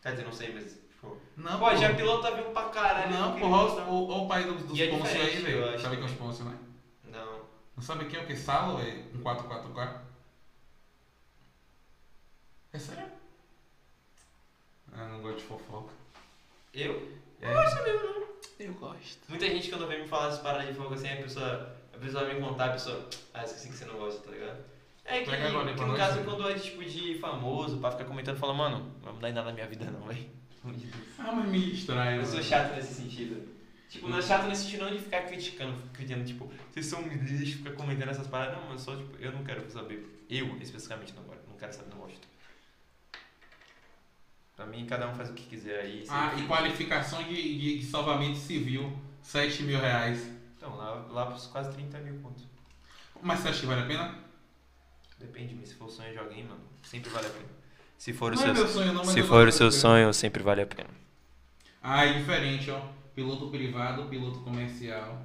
Quer dizer, não sei, mas. Pô,
Não,
pô
pô.
já piloto de avião pra caralho.
Não,
eu
porra,
queria
olha
usar.
o- olha o pai dos, dos
E é
Pôncio aí,
diferente, eu
velho.
acho
Sabe que é os
também.
Pôncio, né?
Não.
Não sabe quem é o que? Salo, velho? Um 444? É sério? Ah, não gosto de fofoca.
Eu?
É.
Gosto mesmo, não.
Eu gosto.
Muita gente quando vem me falar essas paradas de fogo assim, a pessoa, a pessoa vai me contar, a pessoa, ah, esqueci que você não gosta, tá ligado? É que,
Pega agora,
que
pra
no
nós,
caso,
né?
quando é tipo de famoso, pra ficar comentando, fala, mano, não vai mudar em nada na minha vida não, velho.
Ah, mas me distrai, né?
Eu sou
mano.
chato nesse sentido. Tipo, não é chato nesse sentido não de ficar criticando, criticando, tipo, vocês são um lixo, ficar comentando essas paradas. Não, mano, só, tipo, eu não quero saber. Eu, especificamente, não, não quero saber, não gosto. Pra mim, cada um faz o que quiser aí.
Ah,
sempre-
e qualificação de, de- de salvamento civil, 7 mil reais.
Então, lá, lá pros quase 30 mil conto.
Mas você acha que vale a pena?
Depende, mas se for o sonho de alguém, mano, sempre vale a pena. Se for o
não é
seu,
meu sonho, não, mas
se
eu
for o
gosto
seu
de-
sonho, sempre vale a pena.
Ah, é diferente, ó. Piloto privado, piloto comercial.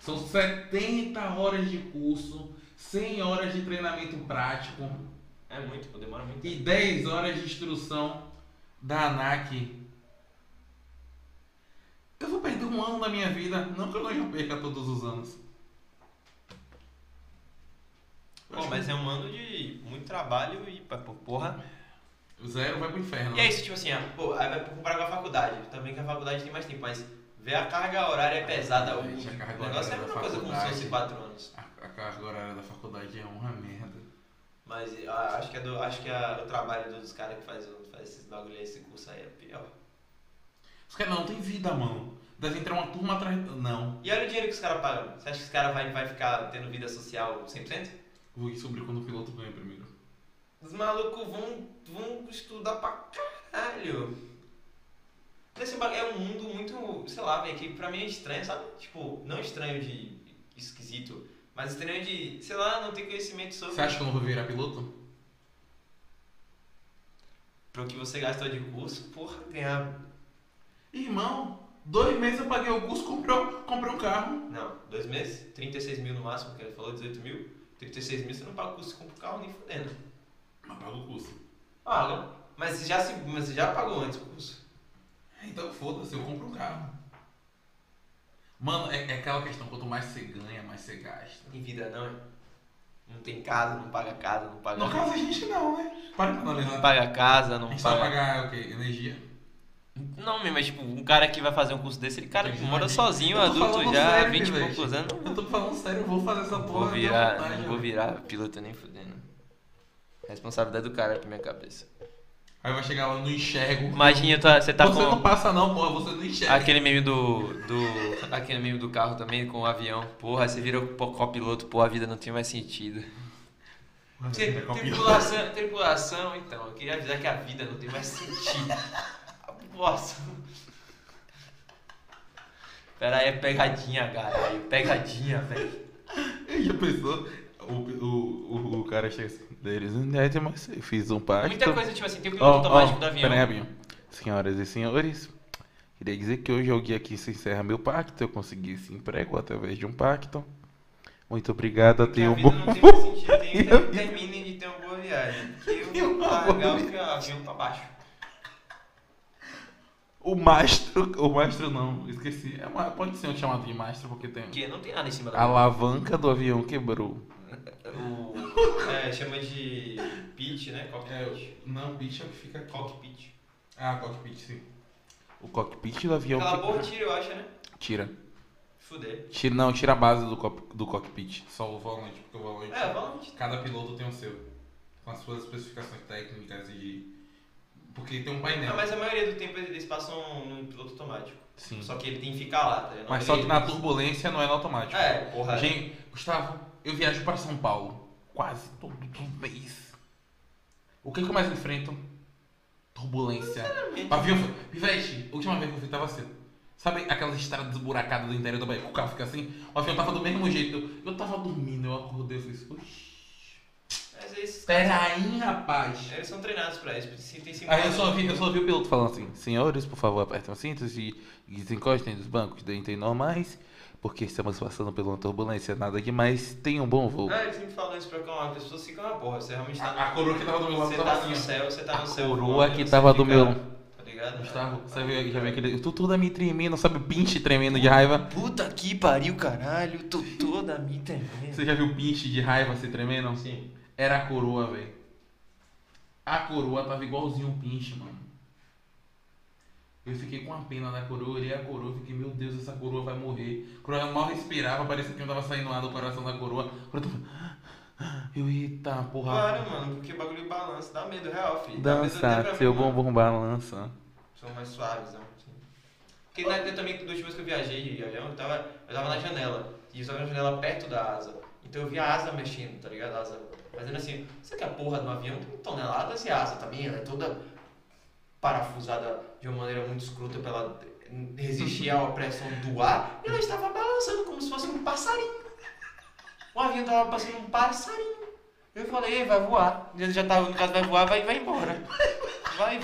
São 70 horas de curso, 100 horas de treinamento prático.
É muito, pô, demora muito.
e 10 horas de instrução da ANAC. Eu vou perder um ano da minha vida, não que eu não já perca todos os anos.
Pô, mas é um ano de muito trabalho e, pá, pô, porra.
Zero vai pro inferno.
E é isso, tipo assim, ah, pô, aí vai comparar com a faculdade. Também que a faculdade tem mais tempo, mas ver a carga horária é pesada. O,
Gente, a carga
o negócio é a mesma
horária da
coisa como se
faculdade.
fosse 4 anos.
A, a carga horária da faculdade é uma merda.
Mas ah, acho que, é do, acho que é o trabalho dos caras que faz, o- faz esses bagulho aí, esse curso aí é pior.
Os caras não tem vida, mano. Deve entrar uma turma atrás. Não.
E olha o dinheiro que os caras pagam. Você acha que os caras vai, vai ficar tendo vida social 100%?
Vou descobrir quando o piloto ganha primeiro.
Os malucos vão, vão estudar pra caralho. Esse ba- é um mundo muito, sei lá, velho, que pra mim é estranho, sabe? Tipo, não estranho de esquisito, mas estranho de, sei lá, não ter conhecimento sobre
Você acha que eu não vou virar piloto?
pro que você gastou de curso, porra, ganhar.
Irmão, dois meses eu paguei o curso, comprei, um- comprei um carro.
Não, dois meses? 36 mil no máximo, que ele falou, 18 mil. 36 mil você não paga o curso, você compra o carro nem fudendo.
Mas pago o curso.
Paga. Mas você já, se, mas você já pagou antes o curso.
Então foda-se, eu compro um carro. Mano, é, é aquela questão, quanto mais você ganha, mais você gasta.
Em vida não, é? Não tem casa, não paga casa, não paga.
No caso a gente não, né? Para pra
Não
analisar.
paga casa,
A
não
gente só vai
paga.
pagar o quê? Energia.
Não, meu, mas tipo, um cara que vai fazer um curso desse, ele cara que
Entendi.
mora sozinho,
Eu tô
um adulto
falando
já,
sério,
20 e
velho.
poucos anos.
Eu tô falando sério, eu vou fazer essa
Não
porra.
vou
à minha
virar,
vontade,
não
velho.
vou virar piloto nem fudendo. Responsabilidade do cara é pra minha cabeça.
Aí vai chegar lá, eu não enxergo.
Imagina, eu tô- você tá
você não
com
passa não, porra, você não enxerga.
aquele meme do, do. Aquele meme do carro também com o avião. Porra, aí você vira o po- copiloto, porra, a vida não tem mais sentido.
é
Tri- Tripulação, tripulação, então, eu queria avisar que a vida não tem mais sentido. Posso. Pera aí, é pegadinha, caralho. Pegadinha, velho.
E já pensou? O, o, o, o cara chega assim, deles, né? Mas eu fiz um pacto.
Muita coisa, tipo assim, tem o
Ó,
piloto
ó,
automático do avião.
peraí, rapidinho. Senhoras e senhores, queria dizer que hoje é o dia que se encerra meu pacto. Eu consegui esse emprego através de um pacto. Muito obrigado,
Que
tenha
a
um
vida
bom.
não tem mais sentido. Tem, tem, terminem de ter uma boa viagem. Que eu vou
Uma boa
largar o
viagem.
meu avião pra baixo.
O mastro. O mastro não, esqueci. É uma- pode ser um chamado de mastro, porque tem.
Porque não tem nada em cima
A
da
alavanca do avião quebrou.
o, É, chama de pitch, né? Cockpit.
Não, bicho é o que fica
Cockpit.
Ah, cockpit, sim. O cockpit do avião
Aquela
quebrou.
porra tira, eu acho, né?
Tira.
Fuder.
Tira. Não, tira a base do, cop- do cockpit. Só o volante, porque o volante.
É, vamos.
Cada piloto tem o seu. Com as suas especificações técnicas e de. Porque tem um painel.
Não, mas a maioria do tempo eles passam num piloto automático.
Sim.
Só que ele tem que ficar lá, tá ligado?
Mas só que
Ele-
na turbulência não é no automático.
É, porra.
Gente, Gustavo, eu viajo para São Paulo quase todo mês. O que, que eu mais enfrento? Turbulência.
Sinceramente.
Pavio, Pivete, a última vez que eu fui tava assim. Sabe aquelas estradas desburacadas do interior da Bahia que o carro fica assim? O avião tava do mesmo jeito. Eu tava dormindo, eu acordei e falei assim, oxi.
Mas eles,
Pera aí, rapaz.
eles são treinados pra isso. Se tem
É, Aí eu só, vi, eu só vi o piloto falando assim, senhores, por favor, apertem os cintos e desencostem dos bancos, dentem normais, porque estamos passando por uma turbulência, nada demais, tenham um bom voo.
Ah, eles sempre falam isso pra calma. As pessoas ficam uma porra. Você realmente tá
A, a coroa que tava do meu
no,
lado
você
tava
tá no
assim,
céu, você tá
A
no céu.
coroa
voando,
que
você
tava do
fica-
meu-
Tá ligado?
ó. Gustavo, você vê, já vê aquele, tu toda me tremendo, sabe, o pinche tremendo de raiva.
Puta que pariu, caralho. Tô toda me tremendo.
Você já viu o pinche de raiva se tremendo?
Sim.
Era a coroa, velho. A coroa tava igualzinho o pinche, mano. Eu fiquei com a pena da coroa, olhei a coroa, fiquei, meu Deus, essa coroa vai morrer. Quando ela mal respirava, parecia que eu tava saindo lá do coração da coroa. Quando eu tava... Eu, eita, porra.
Claro, mano, porque o bagulho de balança dá medo real, filho. Dá medo até pra
Dança,
mim,
seu
mano.
bumbum balança.
São mais suaves, né? Assim. Porque na época também, dos últimos que eu viajei de avião, eu tava, eu tava na janela. E eu tava na janela perto da asa. Então eu via a asa mexendo, tá ligado? A asa fazendo assim. Você que a porra do avião tem toneladas e a asa também, ela é toda parafusada de uma maneira muito escrota pra ela resistir à pressão do ar. E ela estava balançando como se fosse um passarinho. O avião tava passando um passarinho. Eu falei, "Ei, vai voar. Ele já tava, tá, no caso, vai voar, vai, vai embora. Vai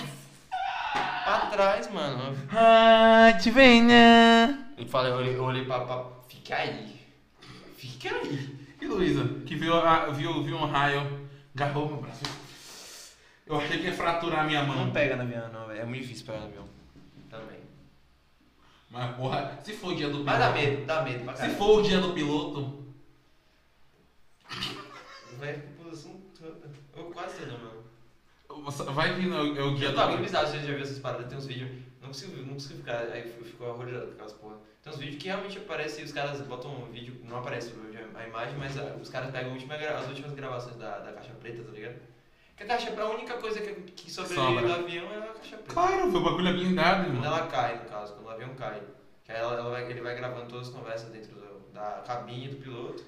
pra trás, mano.
Ah, te venha.
Eu falei, eu olhei, eu olhei pra, pra. Fica aí. Fica aí.
E Luísa, que viu, a, viu, viu um raio, agarrou meu braço. Eu achei que ia fraturar a minha
Não
mão.
pega na minha, não, velho. É muito difícil pegar na minha. Também.
Mas porra, se for o dia do piloto.
Mas dá medo, dá medo pra
Se
caralho.
for o dia do piloto,
Vai pra posição toda. Ou quase toda, mano.
você- vai que não é o dia
Eu
do
tava
piloto.
bizarro, você já viu essas paradas, tem uns vídeos. Não consigo, não consigo ficar. Aí eu fico horrorizado com aquelas porra. Tem uns vídeos que realmente aparece e os caras botam um vídeo, não aparece o- a imagem, mas ah, os caras pegam a última gra- as últimas gravações da, da caixa preta, tá ligado? Que a caixa preta, a única coisa que, que sobrevive
Sobra.
do avião é a caixa preta.
Claro, foi o bagulho é blindado,
Quando
irmão.
ela cai, no caso, quando o avião cai. Que aí ela, ela vai- ele vai gravando todas as conversas dentro do- da cabine do piloto.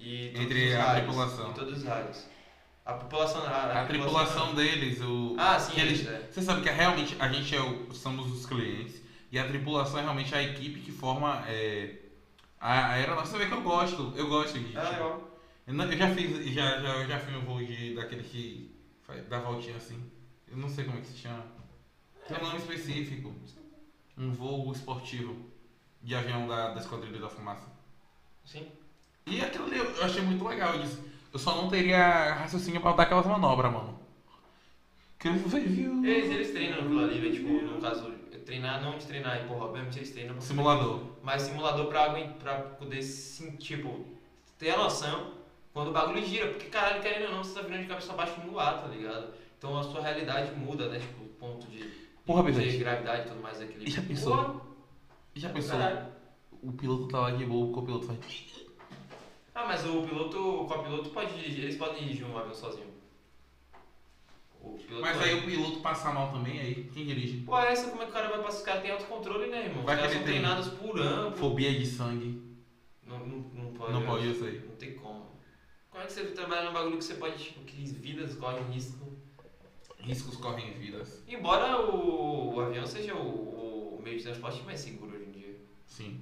E todos
Entre
os
a
rádios,
tripulação.
E todos os rádios. A população. A,
A tripulação deles, o.
Ah, sim,
que eles,
isso, é.
Você sabe que é realmente a gente é o- somos os clientes e a tripulação é realmente a equipe que forma é, a a aeronave. Você vê que eu gosto, eu gosto disso.
É legal.
Eu, não- eu já fiz, já, já, eu já fiz um voo de, daquele que faz- dá voltinha assim. Eu não sei como é que se chama. Tem um nome específico. Um voo esportivo de avião da, da Esquadrilha da Fumaça.
Sim.
E aquilo ali eu achei muito legal disso. Eu só não teria raciocínio pra dar aquelas manobras, mano. Que eu viu.
Eles, eles treinam aquilo ali, velho, tipo, no caso, treinar, não de treinar e porra, obviamente eles treinam. pra-
Simulador.
Mas simulador pra, aguent- pra poder sentir, tipo, ter a noção quando o bagulho gira. Porque, caralho, querendo ou não, você tá virando de cabeça pra baixo no ar, tá ligado? Então a sua realidade muda, né? Tipo, o ponto de,
Porra,
de
Bivete.
gravidade e tudo mais daquele.
E já pensou?
Porra,
E já pensou?
caralho.
O piloto tá lá de boa, o copiloto faz.
Ah, mas o piloto, o copiloto pode dirigir, eles podem dirigir um avião sozinho. O piloto
Mas
pode.
aí o piloto passa mal também, aí quem dirige?
Pô, essa como é que o cara vai passar? Os caras têm autocontrole, né, irmão? Os
Vai que
caras
ele
são
tem.
treinados por ano.
Fobia de sangue.
Não, não, não pode.
Não
né?
pode, eu sei.
Não tem como. Como é que você trabalha num bagulho que você pode, tipo, que vidas correm risco?
Riscos correm vidas.
Embora o, o avião seja o, o meio de transporte mais seguro hoje em dia.
Sim.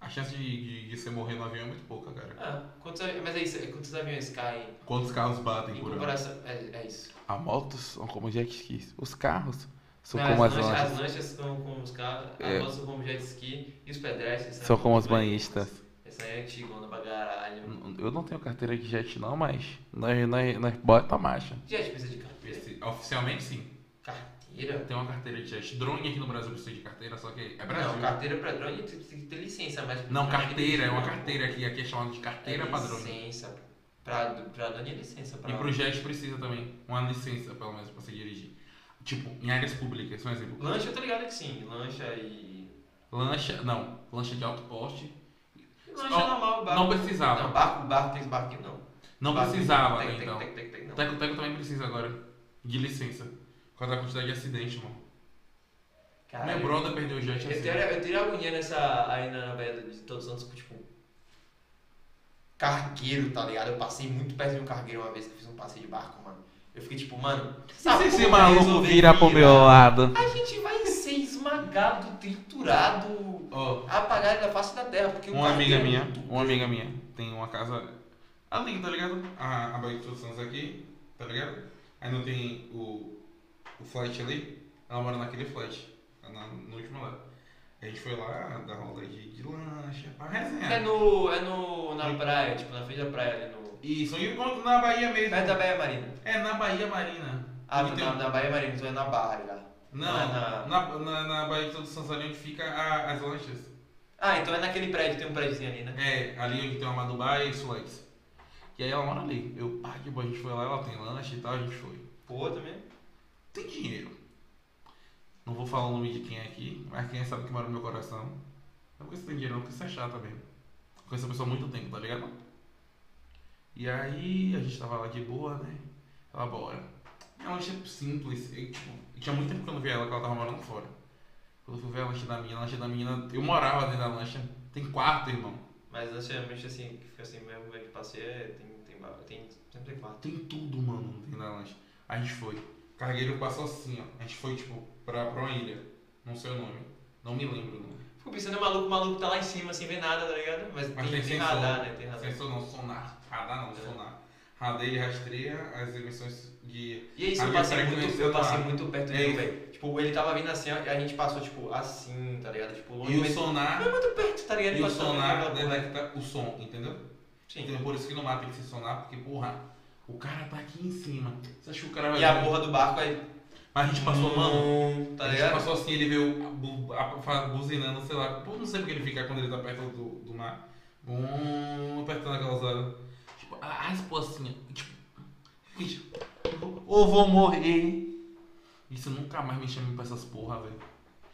A chance de, de, de você morrer no avião é muito pouca, cara.
Ah, quantos, avi- mas é isso, é quantos aviões caem
Quantos carros
em
batem por ano?
comparação. É, é isso.
A motos são como jet skis. Os carros são
Não,
como É, as
as, lanchas,
lojas.
as lanchas são como os carros,
É.
as motos são como jet ski e os pedestres
São como as banhistas. Hum.
Essa aí é antigona pra caralho.
N- Eu não tenho carteira de jet não, mas nós, nós, nós bota a marcha.
Jet precisa de carteira.
Esse- oficialmente sim.
Carteira?
Tem uma carteira de jet. Drone aqui no Brasil precisa de carteira, só que é Brasil.
Não, carteira pra drone tem tem que ter licença, mas.
Não,
pra
carteira, é uma
dirigir, não,
carteira aqui, aqui é chamada de carteira
É
padrão.
Licença. Pra, pra Dani é licença. Pra...
E pro jet precisa também, uma licença pelo menos pra se dirigir. Tipo, em áreas públicas, um exemplo.
Lancha, eu tô ligado que sim. Lancha e.
Lancha, não, lancha de alto porte.
Lancha é
Ó,
normal, barco.
Não precisava,
Não, barco, barco, tem esse barquinho não.
não
Barco,
precisava
tem-
até
tem-
então.
tem- tem- tem- não.
Teco Teco também precisa agora, de licença. Por causa da quantidade de acidente, mano.
Caralho,
Meu brother perdeu o
Eu
jet assim.
teria, eu teria agonia nessa. Aí na, na Baía de Todos os Santos, tipo. Cargueiro, tá ligado? Eu passei muito perto de um cargueiro uma vez que eu fiz um passeio de barco, mano. Eu fiquei tipo, mano. essa
Se esse
porra
maluco
resolver
vira pro meu lado.
A gente vai ser esmagado, triturado,
Ó,
apagar da face da terra, porque o
uma
cara
amiga
tem-
minha, uma amiga minha, tem uma casa ali, tá ligado? A, a Bahia de Todos Santos aqui, tá ligado? Aí não tem o, o flat ali, ela mora naquele flat, na, no último andar. A gente foi lá, dar rola de, de lancha, pra resenhar.
É no. É no. na praia, tipo, na frente da praia ali no.
Isso, e quando- na Bahia mesmo.
Perto da Baía Marina.
É na Bahia Marina.
Ah,
Onde
não,
tem
na,
um-
na Baía Marina, então é na Barra lá.
Não,
é na-
na, na, na Bahia de Todos Santos ali onde fica a- as lanchas.
Ah, então é naquele prédio, tem um prédiozinho ali, né?
É, ali onde tem uma Madubá e Sulex. E aí ela mora ali. Eu, pá, de boa, a gente foi lá, ela tem lanche e tal, a gente foi.
Pô, também.
Tem dinheiro. Não vou falar o nome de quem é aqui, mas quem sabe que mora no meu coração. Não porque você tem dinheiro, não, porque você é chata mesmo. Conheço a pessoa há muito tempo, tá ligado? E aí a gente tava lá de boa, né? Ela bora. É uma lancha simples. E, tipo, tinha muito tempo que eu não via ela, que ela tava morando fora. Quando eu fui ver a lancha da minha, a lancha da menina, eu morava dentro da lancha. Tem quarto, irmão.
Mas antigamente assim, que fica assim mesmo, meio de passeio, é, tem, tem, bar- tem, sempre tem quarto.
Tem tudo, mano, dentro da lancha. A gente foi. Cargueiro passou assim, ó. A gente foi, tipo, pra, pra uma ilha. Não sei o nome. Não me lembro o nome.
Fico pensando, é maluco, o maluco tá lá em cima, assim, vê nada, tá ligado? Mas,
Mas
tem,
tem,
tem
sensor.
radar, né? Tem radar.
Sensor não, sonar. Radar não,
É.
sonar. Radar ele rastreia as emissões de.
E é isso,
A
eu
minha
passei, muito,
frequência
eu
tá-
passei muito perto
É
dele,
isso.
velho. Tipo, ele tava vindo assim, ó, e a gente passou, tipo, assim, tá ligado? Tipo, longe,
E o
mas
sonar.
muito perto, tá ligado? Ele
E o
passou, né,
sonar
aquela porra.
detecta o som, entendeu?
Sim.
Então por isso que no mar tem que ser sonar, porque, porra, O cara tá aqui em cima. Você acha que o cara vai.
E a porra do barco
é
aí.
Mas a gente passou, mano.
Hum, Tá
a gente
ligado?
passou assim, ele veio bu- a- fa- buzinando, sei lá. Pô, não sei porque ele fica quando ele tá perto do, do mar. Bum, apertando aquelas horas. Tipo, a- as pocinhas. Tipo, fiquei tipo, ou vou morrer. Isso nunca mais me chame pra essas porra, velho.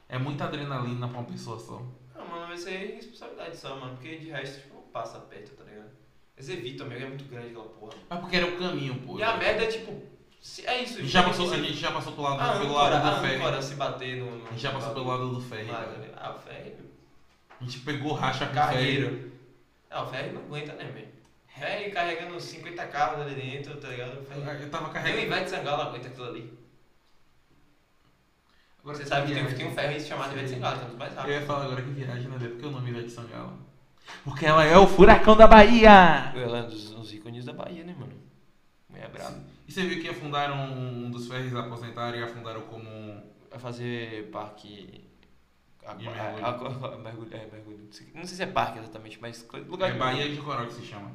É muita adrenalina pra uma pessoa só.
Não, mano, isso aí é responsabilidade só, mano. Porque de resto, tipo, não passa perto, tá ligado? Eles evitam mesmo, é muito grande aquela porra.
Mas É porque era o caminho, pô.
E a merda é tipo. se- É isso,
A gente já
tipo,
passou, a
se-
gente já passou pelo
a
lado, pelo
âncora,
lado
a
do ferry.
âncora se bater no. no
A gente já passou pelo lado do ferry.
Ah,
velho.
Ah, o ferry.
A gente pegou racha com o ferry.
Carreiro. Ah, o ferry não aguenta, né, velho? Ferry carregando 50 carros ali dentro, tá ligado? O ferry.
Eu tava
Nem o
carregando.
Ivete Sangalo aguenta aquilo ali.
Agora
Você
que
sabe que tem,
viagem.
tem um ferry chamado
Sim.
Ivete Sangalo, que é um dos mais
Eu
rápidos.
ia falar agora que viagem, né, velho? Porque o nome Ivete Sangalo. Porque ela é o furacão da Bahia!
Ela é um dos, dos ícones da Bahia, né, mano? Mulher brava.
E você viu que afundaram um dos ferries aposentaram e afundaram como um-
Vai fazer parque. aqua-
E mergulho.
aqua- mergulho- é, mergulho. Não sei se é parque exatamente, mas co- lugar
É
de-
Bahia de Coral que se chama.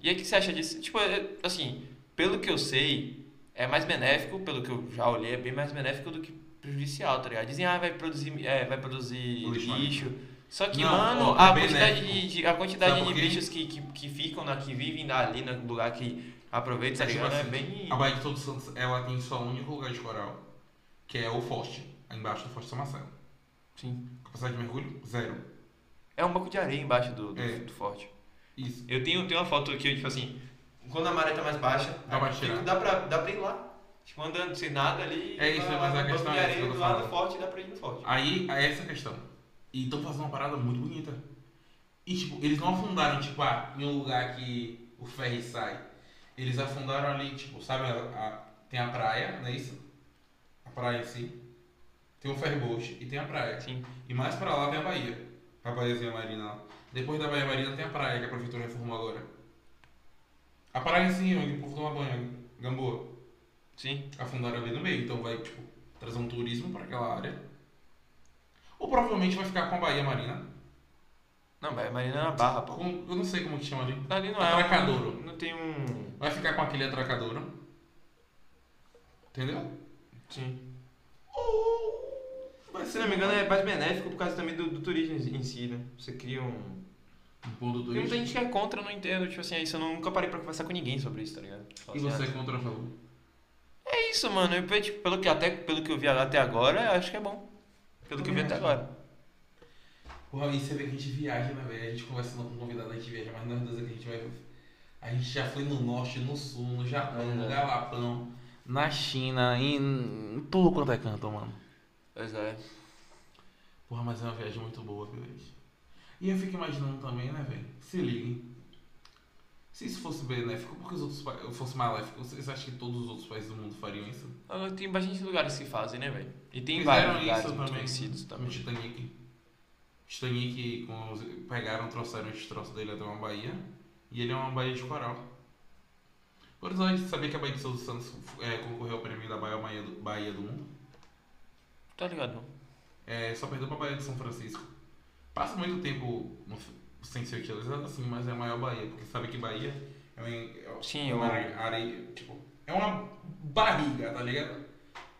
E aí, o que você acha disso? Tipo, é, assim, pelo que eu sei, é mais benéfico, pelo que eu já olhei, é bem mais benéfico do que prejudicial, tá ligado? Dizem, ah, vai produzir, é, vai produzir
Lixo,
lixo.
né?
Só que,
Não,
mano,
ó, é
a
benéfico.
quantidade, de, de- a quantidade
Sabe
de
por quê?
bichos que, que, que ficam, na, que vivem ali né, no lugar que aproveita, tá
É tipo
ligado? É
assim,
bem.
A Bahia de Todos os Santos, ela tem só um único lugar de coral, que é o Forte, embaixo do Forte São Marcelo.
Sim.
Capacidade de mergulho? Zero.
É um banco de areia embaixo do, do,
É.
do forte.
Isso.
Eu tenho, tenho uma foto aqui, tipo assim, quando a maré tá mais baixa,
Dá pra
aqui,
tirar.
dá pra, dá pra ir lá. Tipo, andando sem nada ali.
É isso,
lá,
mas a
no
questão
banco de
é essa que
areia
eu tô
do lado
falando.
forte, dá pra ir no forte.
Aí, aí é essa a questão. E estão fazendo uma parada muito bonita. E, tipo, eles não afundaram, tipo, ah, em um lugar que o ferry sai. Eles afundaram ali, tipo, sabe, a, a- tem a praia, não é isso? A praia em si. Tem o ferryboat e tem a praia.
Sim.
E mais pra lá tem a Bahia. A Bahiazinha Marina lá. Depois da Bahia Marina tem a praia que a prefeitura reformou agora. A praia em si, onde o povo toma banho, Gamboa
Sim.
afundaram ali no meio. Então vai, tipo, trazer um turismo para aquela área. Ou provavelmente vai ficar com a Bahia Marina.
Não, mas a Marina é na barra, pô.
Com, eu não sei como que chama ali.
Ali não é.
Atracadouro.
um- Não tem um.
Vai ficar com aquele atracadouro. Entendeu?
Sim.
Ou. Vai
Se
ser,
não me engano, é mais benéfico por causa também do, do turismo em si, né? Você cria um.
Um
Tem
ponto
muita
turístico.
gente que é contra, eu não entendo. Tipo assim, é isso. Eu nunca parei pra conversar com ninguém sobre isso, tá ligado? Fala
E
assim,
você
ah,
contra a favor?
É isso, mano. Eu, tipo, pelo que, até, pelo que eu vi até agora, eu acho que é bom. Pelo que eu vi até agora.
Porra, aí você vê que a gente viaja, né, velho? A gente conversando com um convidado, a gente viaja, mas nós dois aqui a gente vai. A gente já foi no norte, no sul, no Japão, no
É.
Galapão, na China, em em tudo quanto é canto, mano.
Pois é.
Porra, mas é uma viagem muito boa, viu, gente? E eu fico imaginando também, né, velho? Se liguem. Se isso fosse benéfico, por que os outros países. fosse maléfico, vocês acham que todos os outros países do mundo fariam isso?
Agora, Então, Tem bastante lugares que fazem, né, velho? E tem
Fizeram
vários lugares
isso
muito
também.
conhecidos
No
também.
Titanic. Titanic, com os- pegaram, trouxeram os troços dele até uma baía. E ele é uma baía de coral. Por exemplo, você sabia que a Baía de Souza dos Santos eh, concorreu ao prêmio da maior Baía do, baía do Mundo?
Tá ligado, não?
É, só perdeu pra Bahia de São Francisco. Passa muito tempo no f- sem ser utilizado assim, mas é a maior Bahia, porque sabe que Bahia é uma, é
Sim,
uma
eu-
are- areia, tipo, é uma barriga, tá ligado?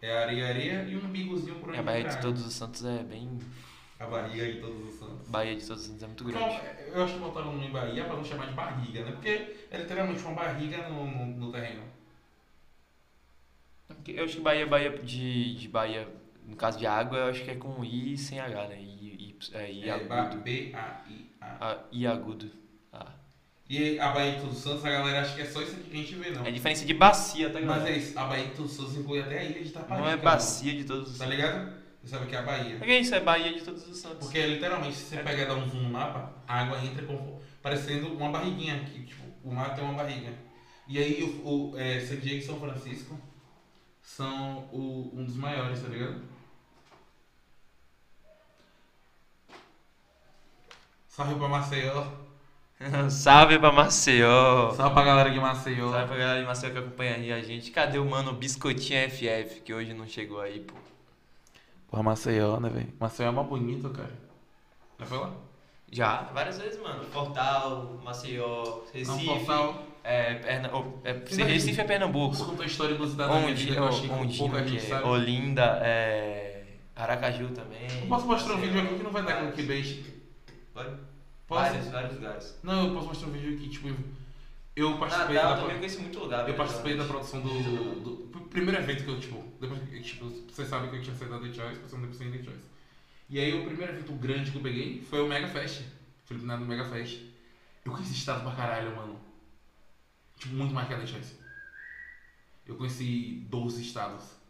É areia, areia e um umbigozinho por onde
É, a Bahia
entrar.
de Todos os Santos é bem.
A barriga de todos os santos.
Bahia de Todos os Santos é muito
Então,
grande.
eu acho que botaram o nome Bahia pra não chamar de barriga, né? Porque é literalmente uma barriga no, no, no terreno.
Eu acho que Bahia, Bahia de, de Bahia, no caso de água, eu acho que é com I sem H, né? I, I, é, I
é ba-
agudo.
B-A-I-A.
A- I agudo. Ah.
E a Bahia de todos os santos, a galera acha que é só isso aqui que a gente vê, não.
É a diferença de bacia, tá ligado?
Mas é isso, a Bahia de todos os santos inclui até a ilha de Itaparica. né?
Não é
mano.
bacia de todos os
Tá
santos.
ligado? Você sabe que é a Bahia.
É que isso, é Bahia de todos os santos.
Porque é literalmente, se você pegar e dar um zoom no mapa, a água entra como parecendo uma barriguinha, que tipo, o mar tem uma barriga. E aí o, o é, San Diego e São Francisco são o- um dos maiores, tá ligado? Salve pra Maceió.
Um Salve pra Maceió.
Salve pra galera de Maceió.
Salve pra galera de Maceió que acompanha aí a gente. Cadê o mano Biscoitinho FF, que hoje não chegou aí, pô?
Porra, Maceió, né, velho? Maceió é mais bonito, cara. Já foi lá?
Já, várias vezes, mano. Portal, Maceió,
Não,
Recife.
Portal.
É, Perna- ou- é,
Sim,
Recife é Pernambuco.
Você contou a história do cidadão
Onde,
que eu achei que
onde,
pouca
onde
gente
é?
sabe.
Olinda, é... Aracaju também.
Eu posso mostrar um
Sei
vídeo
lá.
aqui que não vai dar clickbait.
Pode?
Posso?
Vários, vários lugares.
Não, eu posso mostrar um vídeo que, tipo, eu participei
Natal,
da...
também Ah, tá, eu conheci muito lugar.
Eu participei da
verdade.
produção do, do pr- primeiro evento que eu, tipo, depois que, tipo, vocês sabem que eu tinha saído da The Choice, passando depois sem The Choice. E aí o primeiro evento grande que eu peguei foi o Mega Fest. Fui eliminado no Mega Fest. Eu conheci estado pra caralho, mano. Tipo, muito mais que a The Choice. Eu conheci 12 estados.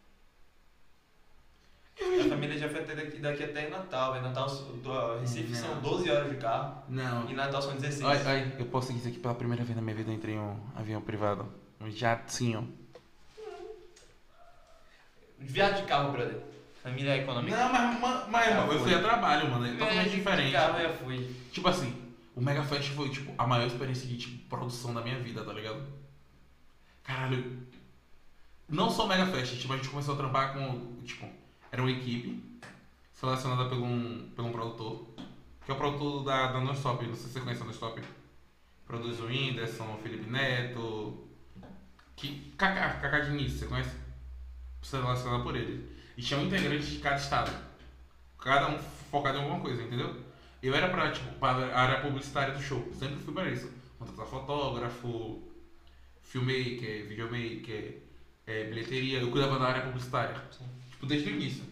Minha família já foi até daqui, daqui até Natal. velho. Natal, do, Recife
Não.
são 12 horas de carro.
Não.
E Natal são 16.
Ai, ai, eu posso dizer que pela primeira vez na minha vida eu entrei em um avião privado. Um jatinho.
Viagem de carro, brother. Família econômica.
Não, mas, ma- mas
Já
irmão, eu
foi.
fui a trabalho, mano. É
Viagem
totalmente
De
diferente.
carro eu já fui.
Tipo assim, o Mega Fest foi tipo a maior experiência de tipo, produção da minha vida, tá ligado? Caralho. Não só o Mega Fest, tipo, a gente começou a trampar com. Tipo, era uma equipe selecionada pelo um, pelo um produtor, que é o produtor da, da Nonstop, não sei se você conhece a Nonstop. Produz o Whindersson, o Felipe Neto. Que, Kaká, Kaká Diniz, você conhece? Selecionado por ele. E tinha um integrante de cada estado. Cada um focado em alguma coisa, entendeu? Eu era pra, tipo, para a área publicitária do show. Sempre fui pra isso. Contratar fotógrafo, filmmaker, videomaker, é, bilheteria. Eu cuidava da área publicitária.
Sim.
Tipo, desde o início.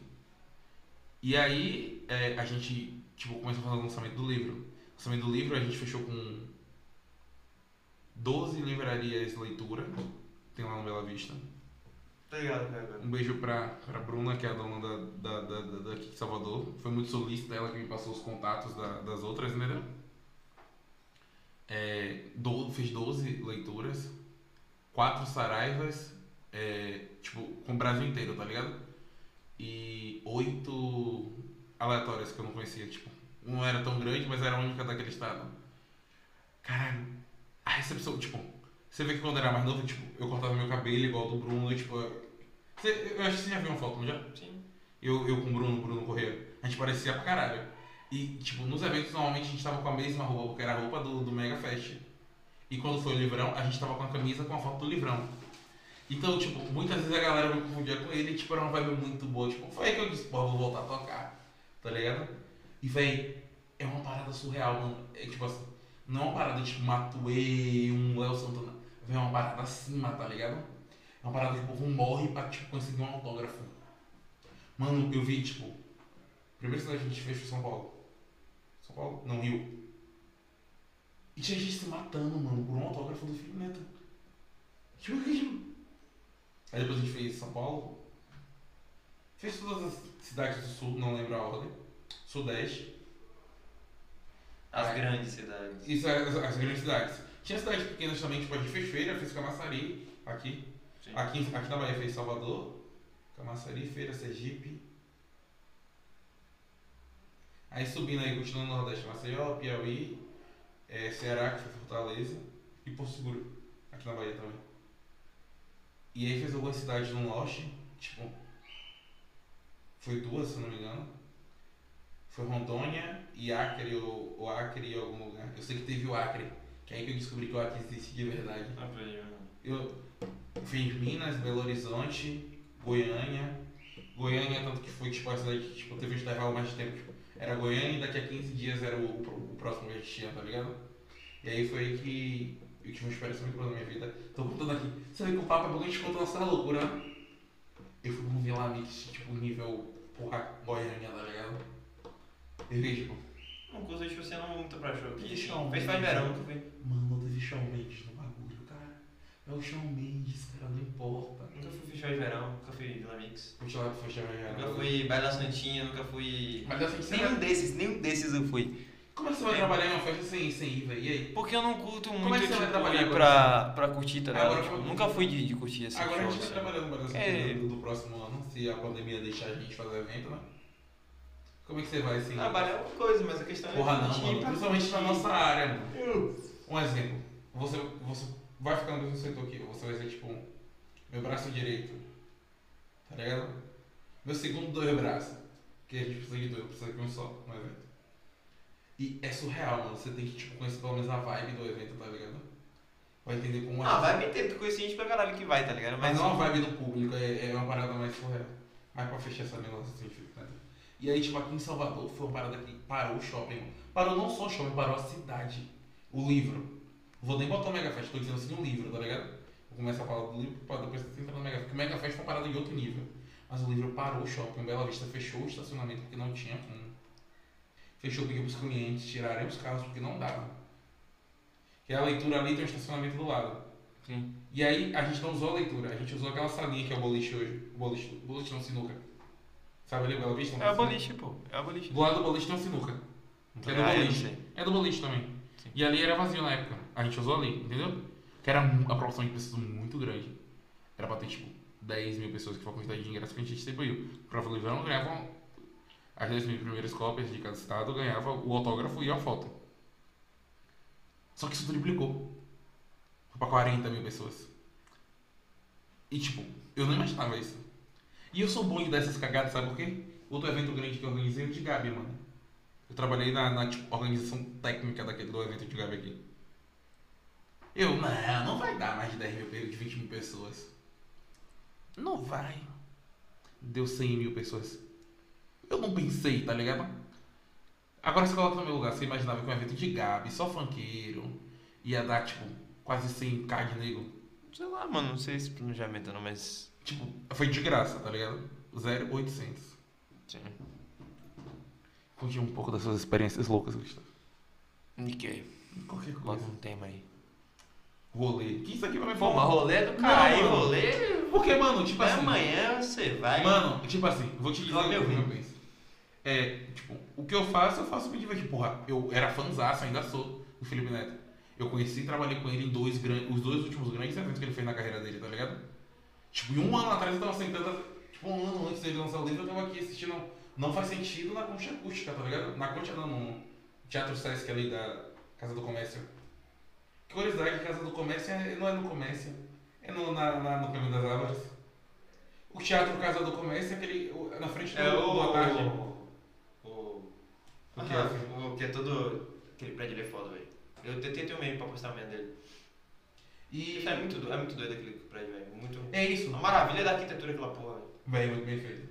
E aí, é, a gente, tipo, começou a fazer o lançamento do livro. O lançamento do livro a gente fechou com 12 livrarias leitura. Tem lá no Bela Vista.
Tá ligado, velho.
Um beijo pra, pra Bruna, que é a dona da, da, da, da, daqui de Salvador. Foi muito solista ela que me passou os contatos da- das outras, entendeu? É, do, fiz 12 leituras, quatro saraivas, é, tipo, com o Brasil inteiro, tá ligado? E oito aleatórias que eu não conhecia, tipo, não era tão grande, mas era a única daquele estado. Caralho, a recepção, tipo, você vê que quando eu era mais novo, tipo, eu cortava meu cabelo igual ao do Bruno, tipo, você- eu acho que você já viu uma foto, não já?
Sim.
Eu, eu com o Bruno, Bruno Correia. A gente parecia pra caralho. E, tipo, nos eventos normalmente a gente tava com a mesma roupa, porque era a roupa do, do Mega Fest. E quando foi o livrão, a gente tava com a camisa com a foto do livrão. Então, tipo, muitas vezes a galera me confundia com ele, tipo, era uma vibe muito boa. Tipo, foi aí que eu disse, pô, eu vou voltar a tocar. Tá ligado? E, véi, é uma parada surreal, mano. É tipo assim, não é uma parada tipo Matuê, um Léo Santana. Véi, é uma parada acima, tá ligado? É uma parada que o povo morre pra, tipo, conseguir um autógrafo. Mano, eu vi, tipo. Primeiro cidade que a gente fez foi São Paulo. São Paulo? Não, Rio. E tinha gente se matando, mano, por um autógrafo do Felipe Neto. Tipo, eu fiquei, tipo... Aí depois a gente fez São Paulo. Fez todas as cidades do sul, não lembro a ordem. Sudeste.
As
Ai.
grandes cidades.
Isso é as, as grandes cidades. Tinha cidades pequenas também, tipo, a gente fez feira, fez Camaçari, aqui.
Sim.
Aqui, aqui na Bahia fez Salvador, Camaçari, Feira, Sergipe. Aí subindo aí, continuando no Nordeste, Maceió, Piauí, eh, Ceará, que foi Fortaleza, e Porto Seguro, aqui na Bahia também. E aí fez algumas cidades no Norte, tipo, foi duas, se eu não me engano. Foi Rondônia e Acre, ou, ou Acre em algum lugar. Eu sei que teve o Acre, que é aí que eu descobri que o Acre existe de verdade.
Ah, pra aí, mano.
Eu fiz Minas, Belo Horizonte, Goiânia. Goiânia, tanto que foi tipo a cidade que tipo, teve festival mais tempo. Tipo, era Goiânia e daqui a 15 dias era o, o pró- o próximo que a gente tinha, tá ligado? E aí foi aí que eu tive uma experiência muito boa na minha vida. Tô contando aqui. Você vê que o papo é bom que a gente conta nossa loucura. né? Eu fui pra um Vila Mix, tipo, nível, porra, Goiânia, tá ligado? Eu fiquei tipo,
Não curso de você assim, não muito pra show. Que
Que
show?
show,
Fez faz
mano.
verão, nunca fui.
mano, teve Shawn Mendes no bagulho, cara. É o Shawn Mendes, cara, não importa.
Nunca fui festival de verão, nunca fui Vila Mix.
Puxa lá, puxa lá.
Nunca fui Baila Santinha, nunca fui.
Mas assim, você
Nenhum
vai...
desses, nenhum desses eu fui.
como é que você vai trabalhar em uma festa sem, sem ir, velho? E aí?
Porque eu não curto muito,
Como é que você vai
tipo,
trabalhar
ir
agora,
pra, pra curtir, tá ligado?
Agora
Tipo,
eu vou-
nunca fui de, de curtir assim.
Agora a
show,
gente tá
assim.
trabalhando no Brasil
É.
do, do próximo ano, se a pandemia deixar a gente fazer evento, né? Como é que você vai sem
Trabalho é uma coisa, mas a questão
Porra,
é.
não,
curtir
mano.
pra
Principalmente na
curtir.
nossa área, mano. Um exemplo. Você, você vai ficar no mesmo setor que eu. Você vai ser, tipo, meu braço direito. Tá ligado? Meu segundo dois braços. Porque a gente precisa de dois, precisa de um só no evento. E é surreal, mano. Você tem que, tipo, conhecer pelo menos a vibe do evento, tá ligado? Por Vai entender como é.
Ah, vai meter, porque conheci gente pra caralho que vai, tá ligado?
Mas não a vibe do público, é, é uma parada mais surreal. Mas pra fechar essa negócio assim, tipo, né? E aí, tipo, aqui em Salvador foi uma parada que parou o shopping, mano. Parou não só o shopping, parou a cidade. O livro. Vou nem botar o Mega Fest, tô dizendo assim, o livro, tá ligado? Vou começar a falar do livro, pra depois você entra no Mega Fest. Porque o Mega Fest foi uma parada em outro nível. Mas o livro parou o shopping, Bela Vista fechou o estacionamento porque não tinha como. Fechou porque os clientes tirarem os carros porque não dava. Que a leitura ali tem um estacionamento do lado.
Sim.
E aí a gente não usou a leitura, a gente usou aquela salinha que é o boliche hoje. O boliche, boliche não sinuca. Sabe ali o Bela Vista? Não
É o
sinuca.
boliche, pô. É o boliche.
Do lado do boliche tem um sinuca. É do
Ah, eu não
boliche.
sei.
É do boliche também.
Sim.
E ali era vazio na época. A gente usou ali, entendeu? Que era mu- a proporção de pessoas muito grande. Era pra ter tipo 10 mil pessoas, que foi a quantidade de ingressos que a gente distribuiu. Pra não ganhavam as 10 mil primeiras cópias de cada estado, ganhava o autógrafo e a foto. Só que isso triplicou. Foi pra 40 mil pessoas. E tipo, eu não imaginava isso. E eu sou bom em dar essas cagadas, sabe por quê? Outro evento grande que eu organizei é o de Gabi, mano. Eu trabalhei na, na, tipo, organização técnica daquele, do evento de Gabi aqui. Eu, não, não vai dar mais de 10 mil, pe- de 20 mil pessoas. Não vai. Deu 100 mil pessoas. Eu não pensei, tá ligado? Agora você coloca no meu lugar, você imaginava que um evento de Gabi, só funkeiro, ia dar, tipo, quase 100k de nego.
Sei lá, mano, não sei se planejamento não, mas.
Tipo, foi de graça, tá ligado? 0,800.
Sim.
Conte um pouco das suas experiências loucas, Gustavo.
Nikkei.
Qualquer
Bota
coisa.
um tema aí.
um Rolê. Que isso aqui vai me
Pô, mas
formar.
rolê do
Não,
caralho.
mano.
Rolê.
Porque, mano, tipo
Vai
assim.
amanhã você vai.
Mano, tipo assim, vou te dizer
Lá
o que
meu
eu
vinho.
penso. É, tipo, o que eu faço, eu faço me divertir. Porra, eu era fãzaço, ainda sou, do Felipe Neto. Eu conheci e trabalhei com ele em dois grandes, os dois últimos grandes eventos que ele fez na carreira dele, tá ligado? Tipo, e um ano atrás eu tava sentando, tipo, um ano antes dele lançar o livro, eu tava aqui assistindo Não Faz Sentido na Concha Acústica, tá ligado? Na Concha, não, no Teatro Sesc ali da Casa do Comércio. Que Curiosidade, Casa do Comércio é- não é no Comércio, é no, na, na- no Caminho das Árvores. O Teatro Casa do Comércio é aquele, o- na frente do
É o.
Boa Tarde.
O.
O
O
que
que,
é?
o que é todo. Aquele prédio ali é foda, velho. Eu tentei ter um meme pra postar o meme dele.
E
Isso é muito, do- é muito doido aquele prédio, velho. Muito.
é isso.
Uma maravilha da arquitetura aquela porra, velho.
Véi, muito bem feito.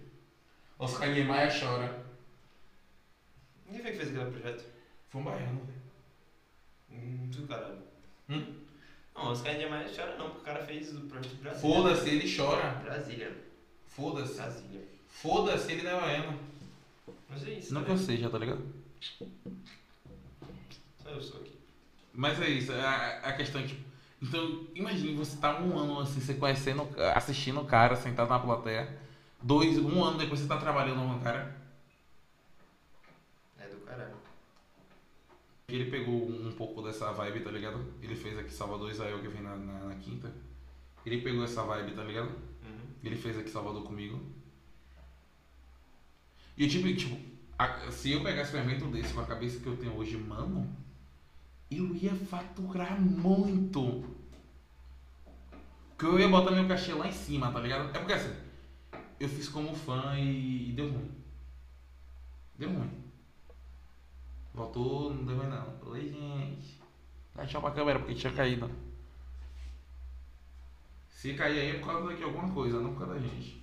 Oscar Niemeyer chora.
Ninguém foi que fez aquele projeto.
Foi um baiano, velho.
Hum, do caralho.
Hum?
Não, os caras jamais choram não, porque o cara fez o projeto de Brasília.
Foda-se, ele chora.
Brasília.
Foda-se.
Brasília.
Foda-se, ele não é baiano.
Mas é isso. né?
seja, tá ligado?
Só eu sou aqui.
Mas é isso, a, a questão é tipo. Então, imagine você tá um ano assim, você conhecendo, o ca- assistindo o cara, sentado na plateia. Dois, um ano depois você tá trabalhando com o cara.
É do caralho.
Ele pegou um pouco dessa vibe, tá ligado? Ele fez aqui Salvador Israel, que vem na, na, na quinta. Ele pegou essa vibe, tá ligado?
Uhum.
Ele fez aqui Salvador comigo. E eu tipo, tipo a- se eu pegasse um evento desse com a cabeça que eu tenho hoje, mano, eu ia faturar muito. Porque eu ia botar meu cachê lá em cima, tá ligado? É porque assim, eu fiz como fã e, e deu ruim. Deu ruim. Voltou, não deu ruim não. Oi, gente. Dá tchau pra câmera porque tinha caído. Se cair aí é por causa de alguma coisa, não por causa da gente.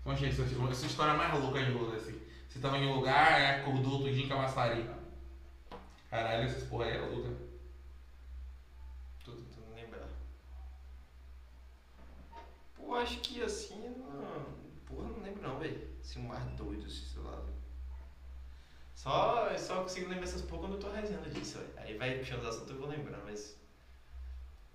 Então, gente, essa, essa história é mais louca de rolê, assim. Você tava em um lugar, aí acordou outro dia em Camaçari. Caralho, essas porra aí é louca.
Tô tentando lembrar. Pô, acho que assim. Não... Porra, não lembro não, velho. Assim, um mais doido, assim, sei lá. velho. Só, eu só consigo lembrar essas poucas quando eu tô rezando disso, velho. Aí vai puxando os assuntos eu vou lembrar, mas.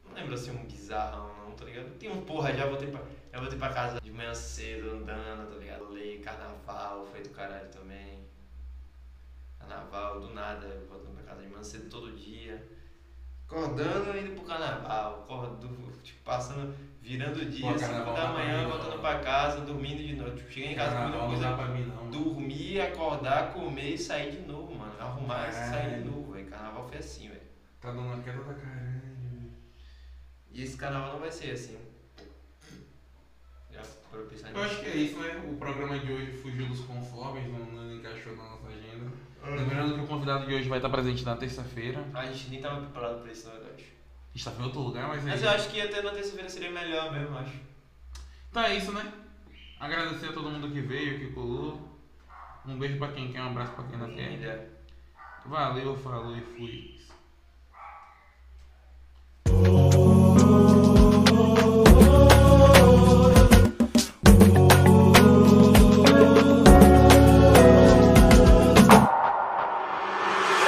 Não lembro assim um bizarrão, não, tá ligado? Tem um porra, já voltei pra, já voltei pra casa de manhã cedo andando, tá ligado? Lei, carnaval, foi do caralho também. Carnaval, do nada, voltando pra casa de manhã cedo todo dia. Acordando e indo pro carnaval, acordando, tipo, passando, virando o dia,
Pô,
5
carnaval
da
não dá pra
manhã,
mim, não.
voltando pra casa, dormindo de noite. Tipo, cheguei em casa
Carnaval
comendo
não é dá
coisa.
pra mim não.
Dormir, acordar, comer e sair de novo, mano. Arrumar e sair
Caralho.
de novo, velho. Carnaval foi assim, velho.
Tá dando uma queda da caralho.
E esse carnaval não vai ser assim. Já para pensar
Eu acho que é isso, né? O programa de hoje fugiu dos conformes, não, não encaixou na nossa agenda. Lembrando que o convidado de hoje vai estar presente na terça-feira.
A gente nem tava preparado pra isso, na verdade.
gente tá em outro lugar, mas é
Mas
isso.
eu acho que até na terça-feira seria melhor mesmo, eu acho.
Então é isso, né? Agradecer a todo mundo que veio, que colou. Um beijo pra quem quer, um abraço pra quem não quer.
Família.
Valeu, falou e fui.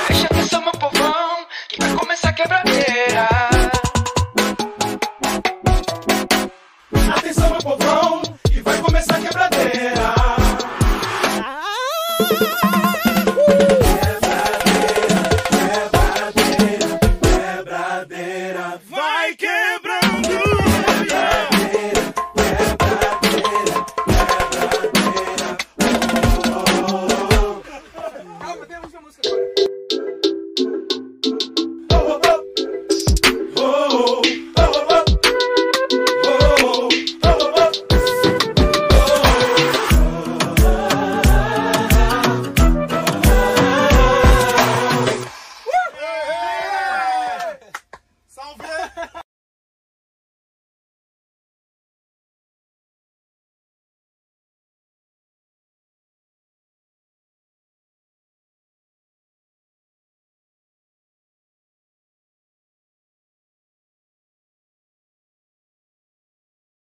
Preste atenção, meu um povão, que vai começar a quebradeira.
Atenção, meu povão,